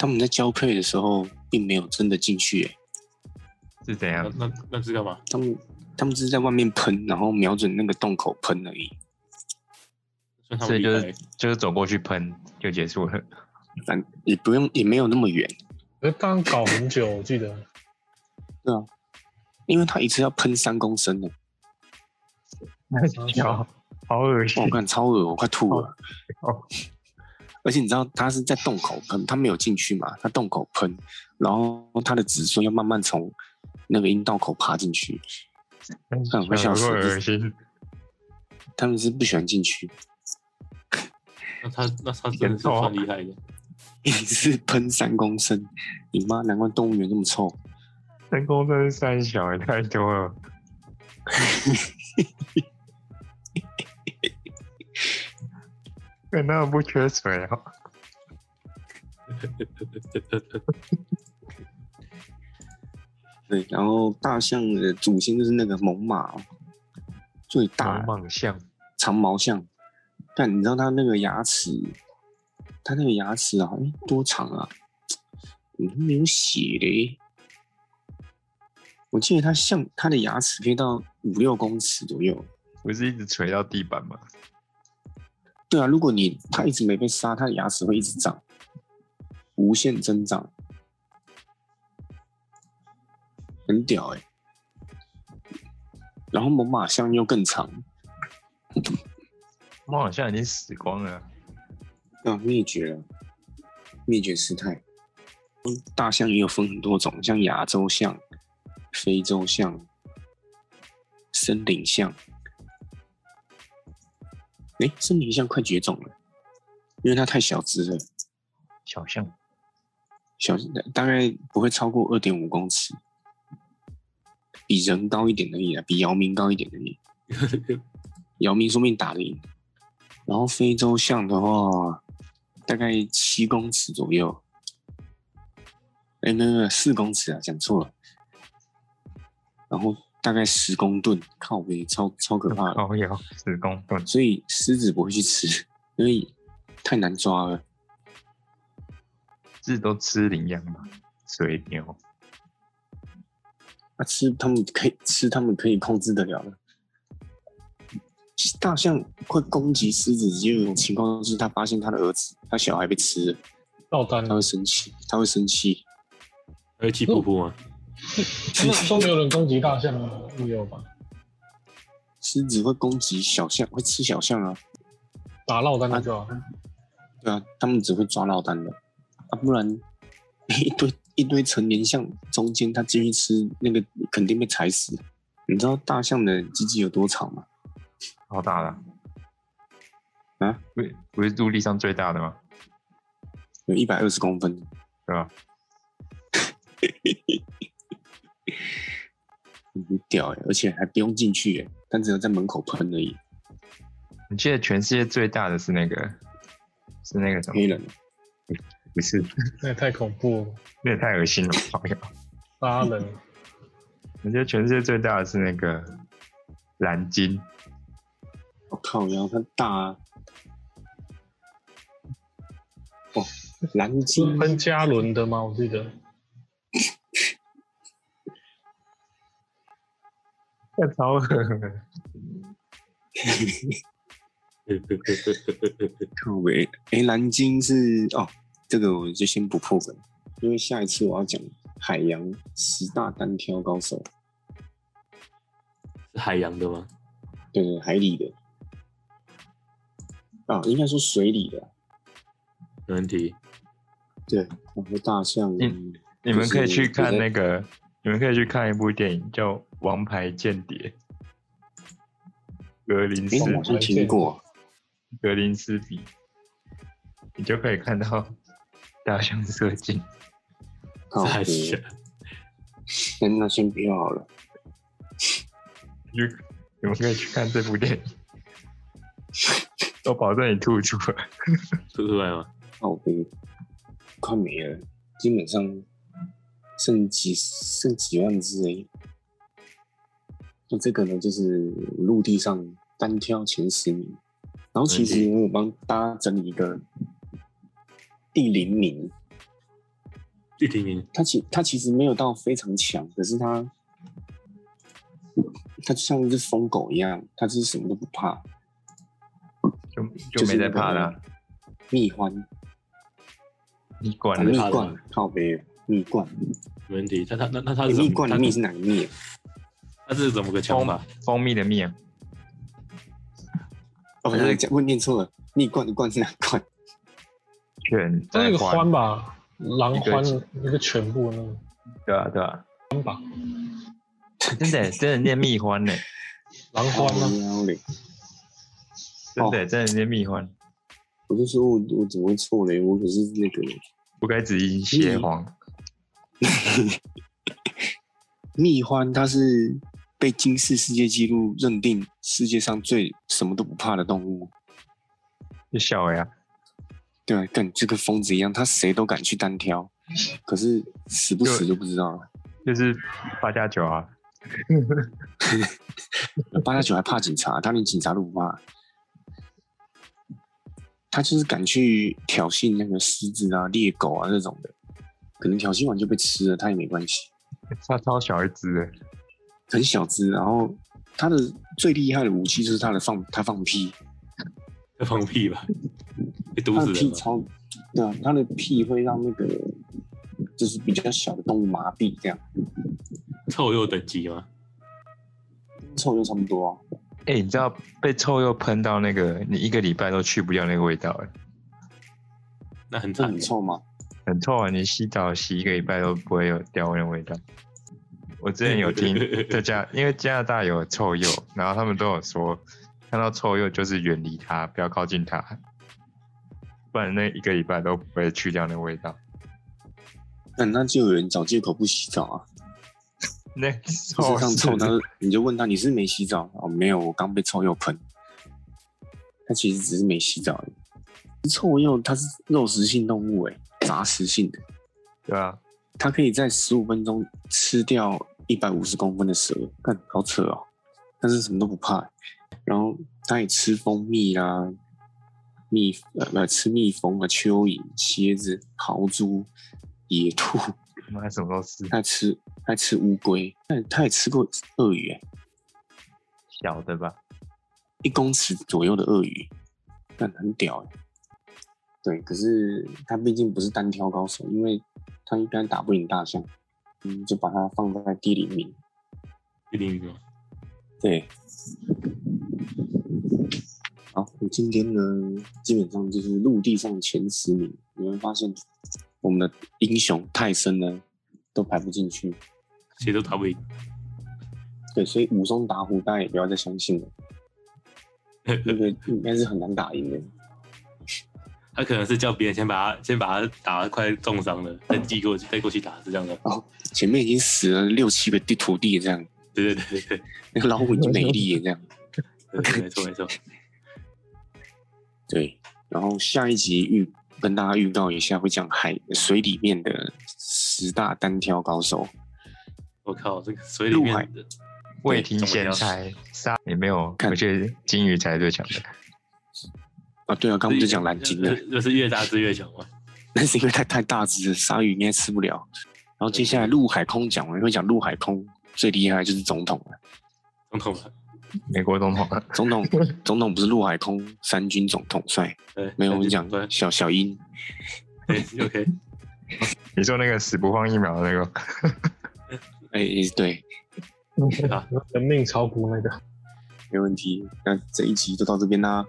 Speaker 1: 他们在交配的时候并没有真的进去、欸，
Speaker 5: 是怎样？
Speaker 4: 那那那是干嘛？
Speaker 1: 他们他们只是在外面喷，然后瞄准那个洞口喷而已。
Speaker 4: 所以他
Speaker 5: 所
Speaker 4: 们
Speaker 5: 以
Speaker 4: 厉
Speaker 5: 就
Speaker 4: 害
Speaker 5: 是就是走过去喷就结束 <laughs> 了。
Speaker 1: 反也不用，也没有那么远，
Speaker 3: 可是当哎搞很久，我记得
Speaker 1: 啊因为他一次要喷三公升的、
Speaker 5: 好好恶
Speaker 1: 哇，
Speaker 5: 心
Speaker 1: 我看超恶，我快吐了。
Speaker 5: 哦！
Speaker 1: 而且你知道它是在洞口喷，它没有进去嘛，它洞口喷，然后它的子孙要慢慢从那个阴道口爬进去，
Speaker 5: 嗯
Speaker 1: 看我快笑
Speaker 5: 有
Speaker 1: 死
Speaker 5: 够
Speaker 1: 了
Speaker 5: 恶心，
Speaker 1: 他们是不喜欢进去， <laughs>
Speaker 4: 那他那他真的是算厉害的。
Speaker 1: 一次喷三公升，你妈，难怪动物园那么臭。
Speaker 5: 人工真是三小也太多 <laughs> 了。哎看他们不缺水啊！
Speaker 4: 呃
Speaker 1: 对，然后大象的祖先就是那个猛犸哦，最大
Speaker 5: 猛
Speaker 1: 的
Speaker 5: 犸象，
Speaker 1: 长毛象，但你知道它那个牙齿，它那个牙齿啊，诶多长啊？嗯，没有写嘞。我记得它像它的牙齿可以到五六公尺左右。
Speaker 5: 不是一直垂到地板吗？
Speaker 1: 对啊，如果你它一直没被杀，它的牙齿会一直长，无限增长，很屌哎、然后猛犸象又更长，
Speaker 5: 猫好像已经死光了，
Speaker 1: 啊，灭绝了，灭绝师太。嗯大象也有分很多种，像亚洲象、非洲象、森林象。哎、森林象快绝种了，因为它太小只了，
Speaker 5: 小象
Speaker 1: 小大概不会超过二点五公尺，比人高一点而已啊，比姚明高一点而已。姚明说不定打得赢。然后非洲象的话，大概七公尺左右。哎，那个四公尺啊，讲错了。然后大概十公吨，靠背，超超可怕的。
Speaker 5: 高腰十公分，
Speaker 1: 所以狮子不会去吃，因为太难抓了。
Speaker 5: 这都吃羚羊吧？水牛，
Speaker 1: 啊，吃他们可以吃，他们可以控制得了的。大象会攻击狮子，也有一种情况是，他发现他的儿子、他小孩被吃了，
Speaker 3: 爆单
Speaker 1: 他
Speaker 3: 了
Speaker 1: 会，生气，他会生气。
Speaker 4: 会气噗噗吗？
Speaker 1: 哦
Speaker 3: 那都没有人攻击大象吗？没有吧？
Speaker 1: 狮子会攻击小象，会吃小象啊，
Speaker 3: 打落单的就好。
Speaker 1: 对啊，他们只会抓落单的，啊，不然一堆一堆成年象中间，它继续吃那个肯定被踩死。你知道大象的鸡鸡有多长吗？
Speaker 5: 好大的
Speaker 1: 啊！
Speaker 5: 不是不是陆地上最大的吗？
Speaker 1: 有一百二十公分，
Speaker 5: 对吧？
Speaker 1: 很屌哎、而且还不用进去哎、但只有在门口喷而已。
Speaker 5: 你记得全世界最大的是那个，是那个什么
Speaker 1: 黑？人啊
Speaker 5: 不是，
Speaker 3: 那也太恐怖了，
Speaker 5: 那也太恶心了，好呀！
Speaker 3: 杀人。
Speaker 5: <laughs> 我觉得全世界最大的是那个蓝鲸，
Speaker 1: 我靠，然后它大、啊，哦，蓝
Speaker 3: 是
Speaker 5: 嗯
Speaker 1: 鲸
Speaker 3: 喷加仑的吗？我记得
Speaker 5: 那超恶
Speaker 1: 靠北，哎，蓝鲸是哦，这个我就先不破梗，因为下一次我要讲海洋十大单挑高手，
Speaker 4: 是海洋的吗？
Speaker 1: 对对，海里的，啊，应该说水里的，
Speaker 4: 没问题。
Speaker 1: 对，然后哦大象，
Speaker 5: 嗯 <laughs> 你们可以去看
Speaker 1: 就是
Speaker 5: 那个，你们可以去看一部电影叫《王牌间谍》，格林
Speaker 1: 哎，
Speaker 5: 斯
Speaker 1: 我好像听过，
Speaker 5: 格林斯比，你就可以看到大象射精。
Speaker 1: 靠
Speaker 4: 太
Speaker 1: 北
Speaker 4: 小，
Speaker 1: 那那先不要好了，
Speaker 5: 你就你们可以去看这部 <laughs> 电影，我保证你吐出来。
Speaker 4: 吐出来吗？
Speaker 1: 靠北，快没了，基本上剩几剩几万只而已。那这个呢，就是陆地上单挑前十名。然后其
Speaker 5: 嗯
Speaker 1: 实我有帮大家整理一个第零名，
Speaker 4: 第零名
Speaker 1: 他其他其实没有到非常强，可是他他就像一只疯狗一样，他是什么都不怕，
Speaker 5: 就就没在怕了。
Speaker 1: 蜜獾、
Speaker 5: 你管
Speaker 1: 蜜
Speaker 5: 了，
Speaker 4: 怕的
Speaker 1: 罐、靠背、蜜罐、
Speaker 4: 没问题。他他那那他
Speaker 1: 欸
Speaker 4: 是怎
Speaker 1: 蜜
Speaker 4: 么？
Speaker 1: 罐
Speaker 4: 他
Speaker 1: 的蜜是哪个蜜啊？
Speaker 4: 他是怎么个枪法？
Speaker 5: 蜂蜜的蜜啊，
Speaker 1: 哦，
Speaker 5: 还是
Speaker 1: 那讲我念错了，蜜罐的罐是哪 <laughs> 罐？
Speaker 5: 犬
Speaker 3: 那
Speaker 5: 在
Speaker 3: 个
Speaker 5: 换，
Speaker 3: 獾吧，狼
Speaker 5: 一个
Speaker 3: 獾那个全部那个
Speaker 5: 对啊对啊，真的真的念蜜獾 <laughs> 呢，
Speaker 3: 狼獾啊，
Speaker 1: 喵哎嘞！
Speaker 5: 真的真的念蜜獾，
Speaker 1: 我就说我我怎么会错嘞？我可是那个
Speaker 5: 不该只音蟹黄，
Speaker 1: 蜜獾，它是被金氏世界纪录认定世界上最什么都不怕的动物。
Speaker 5: 啊就小呀，
Speaker 1: 对啊，跟就跟疯子一样，他谁都敢去单挑，可是死不死就不知道了。
Speaker 5: 就是八加九啊，
Speaker 1: 八加九还怕警察，他连警察都不怕。他就是敢去挑衅那个狮子啊、猎狗啊那种的，可能挑衅完就被吃了，他也没关系。
Speaker 5: 它超小一只的，
Speaker 1: 很小只，然后他的最厉害的武器就是他的放，他放屁，
Speaker 4: 在放屁吧？被毒
Speaker 1: 哦他的
Speaker 4: 死
Speaker 1: 屁
Speaker 4: 人了。
Speaker 1: 超，对啊，他的屁会让那个就是比较小的动物麻痹，这样
Speaker 4: 臭鼬等级吗？
Speaker 1: 臭就差不多、啊。
Speaker 5: 哎、你知道被臭鼬喷到那个，你一个礼拜都去不掉那个味道、哎，
Speaker 4: 那很
Speaker 1: 这
Speaker 4: 惨
Speaker 1: 很。臭吗？
Speaker 5: 很臭啊！你洗澡洗一个礼拜都不会有掉那个味道。我之
Speaker 4: <laughs>
Speaker 5: 前有听在加，因为加拿大有臭鼬，然后他们都有说，看到臭鼬就是远离它，不要靠近它，不然那一个礼拜都不会去掉那个味道。
Speaker 1: 那嗯那就有人找借口不洗澡啊，
Speaker 5: 那
Speaker 1: 身
Speaker 5: 臭
Speaker 1: 上臭
Speaker 5: 哦是
Speaker 1: 他，你就问他你是没洗澡哦？没有，我刚被臭鼬喷。他其实只是没洗澡而已。臭鼬它是肉食性动物、欸，杂食性的，
Speaker 5: 对啊，
Speaker 1: 它可以在十五分钟吃掉一百五十公分的蛇，干好扯哦。但是什么都不怕、然后它也吃蜂蜜啦、蜜呃不吃蜜蜂啊、蚯蚓、蝎子、豪猪、野兔，
Speaker 5: 妈什么都是
Speaker 1: 它吃它吃乌龟，它它也吃过鳄鱼、欸，
Speaker 5: 小的吧？
Speaker 1: 一公尺左右的鳄鱼，那很屌欸对，可是他毕竟不是单挑高手，因为他一般打不赢大象，嗯，就把它放在第零名。
Speaker 4: 一定吗？
Speaker 1: 对，好，我们今天呢，基本上就是陆地上前十名，你会发现我们的英雄泰森呢都排不进去。
Speaker 4: 谁都打不赢。
Speaker 1: 对，所以武松打虎大家也不要再相信了，那个应该是很难打赢的。
Speaker 4: 他可能是叫别人先把他先把他打得快重伤了，再寄过去再过去打，是这样的。
Speaker 1: 哦，前面已经死了六七个地徒弟这样，
Speaker 4: 对对对对
Speaker 1: 那个老虎已经没力了这样。
Speaker 4: 对
Speaker 1: <laughs>
Speaker 4: 对，没错没错。
Speaker 1: 对，然后下一集预跟大家预告一下，会讲海水里面的十大单挑高手。
Speaker 4: 我靠，这个水里
Speaker 1: 陆海
Speaker 4: 面的
Speaker 5: 未听
Speaker 4: 哎怎么
Speaker 5: 先
Speaker 4: 样
Speaker 5: 猜，杀也没有，
Speaker 1: 看
Speaker 5: 我觉得金鱼才是最强的。
Speaker 1: 啊，对啊，刚刚我们就讲蓝鲸了， <laughs>
Speaker 4: 就就是越大只越强嘛。
Speaker 1: 那是因为它太大只了，鲨鱼应该吃不了。然后接下来陆海空讲完，会讲陆海空最厉害就是总统了。
Speaker 4: 总统嘛，
Speaker 5: 美国总统啊，
Speaker 1: 总统总统不是陆海空三军总统帅，
Speaker 4: 对，
Speaker 1: 没有我们讲
Speaker 4: 对
Speaker 1: 小小鹰，
Speaker 4: 对，OK，
Speaker 5: 你说那个死不放疫苗的那个，
Speaker 1: 哎、对，
Speaker 5: 嗯
Speaker 3: 人命炒股那个。
Speaker 1: 没问题。那这一集就到这边啦，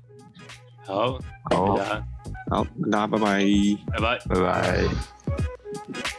Speaker 4: 好，
Speaker 5: 好
Speaker 4: 大，家
Speaker 1: 好，跟大家拜拜。
Speaker 4: 拜拜。
Speaker 5: 拜拜。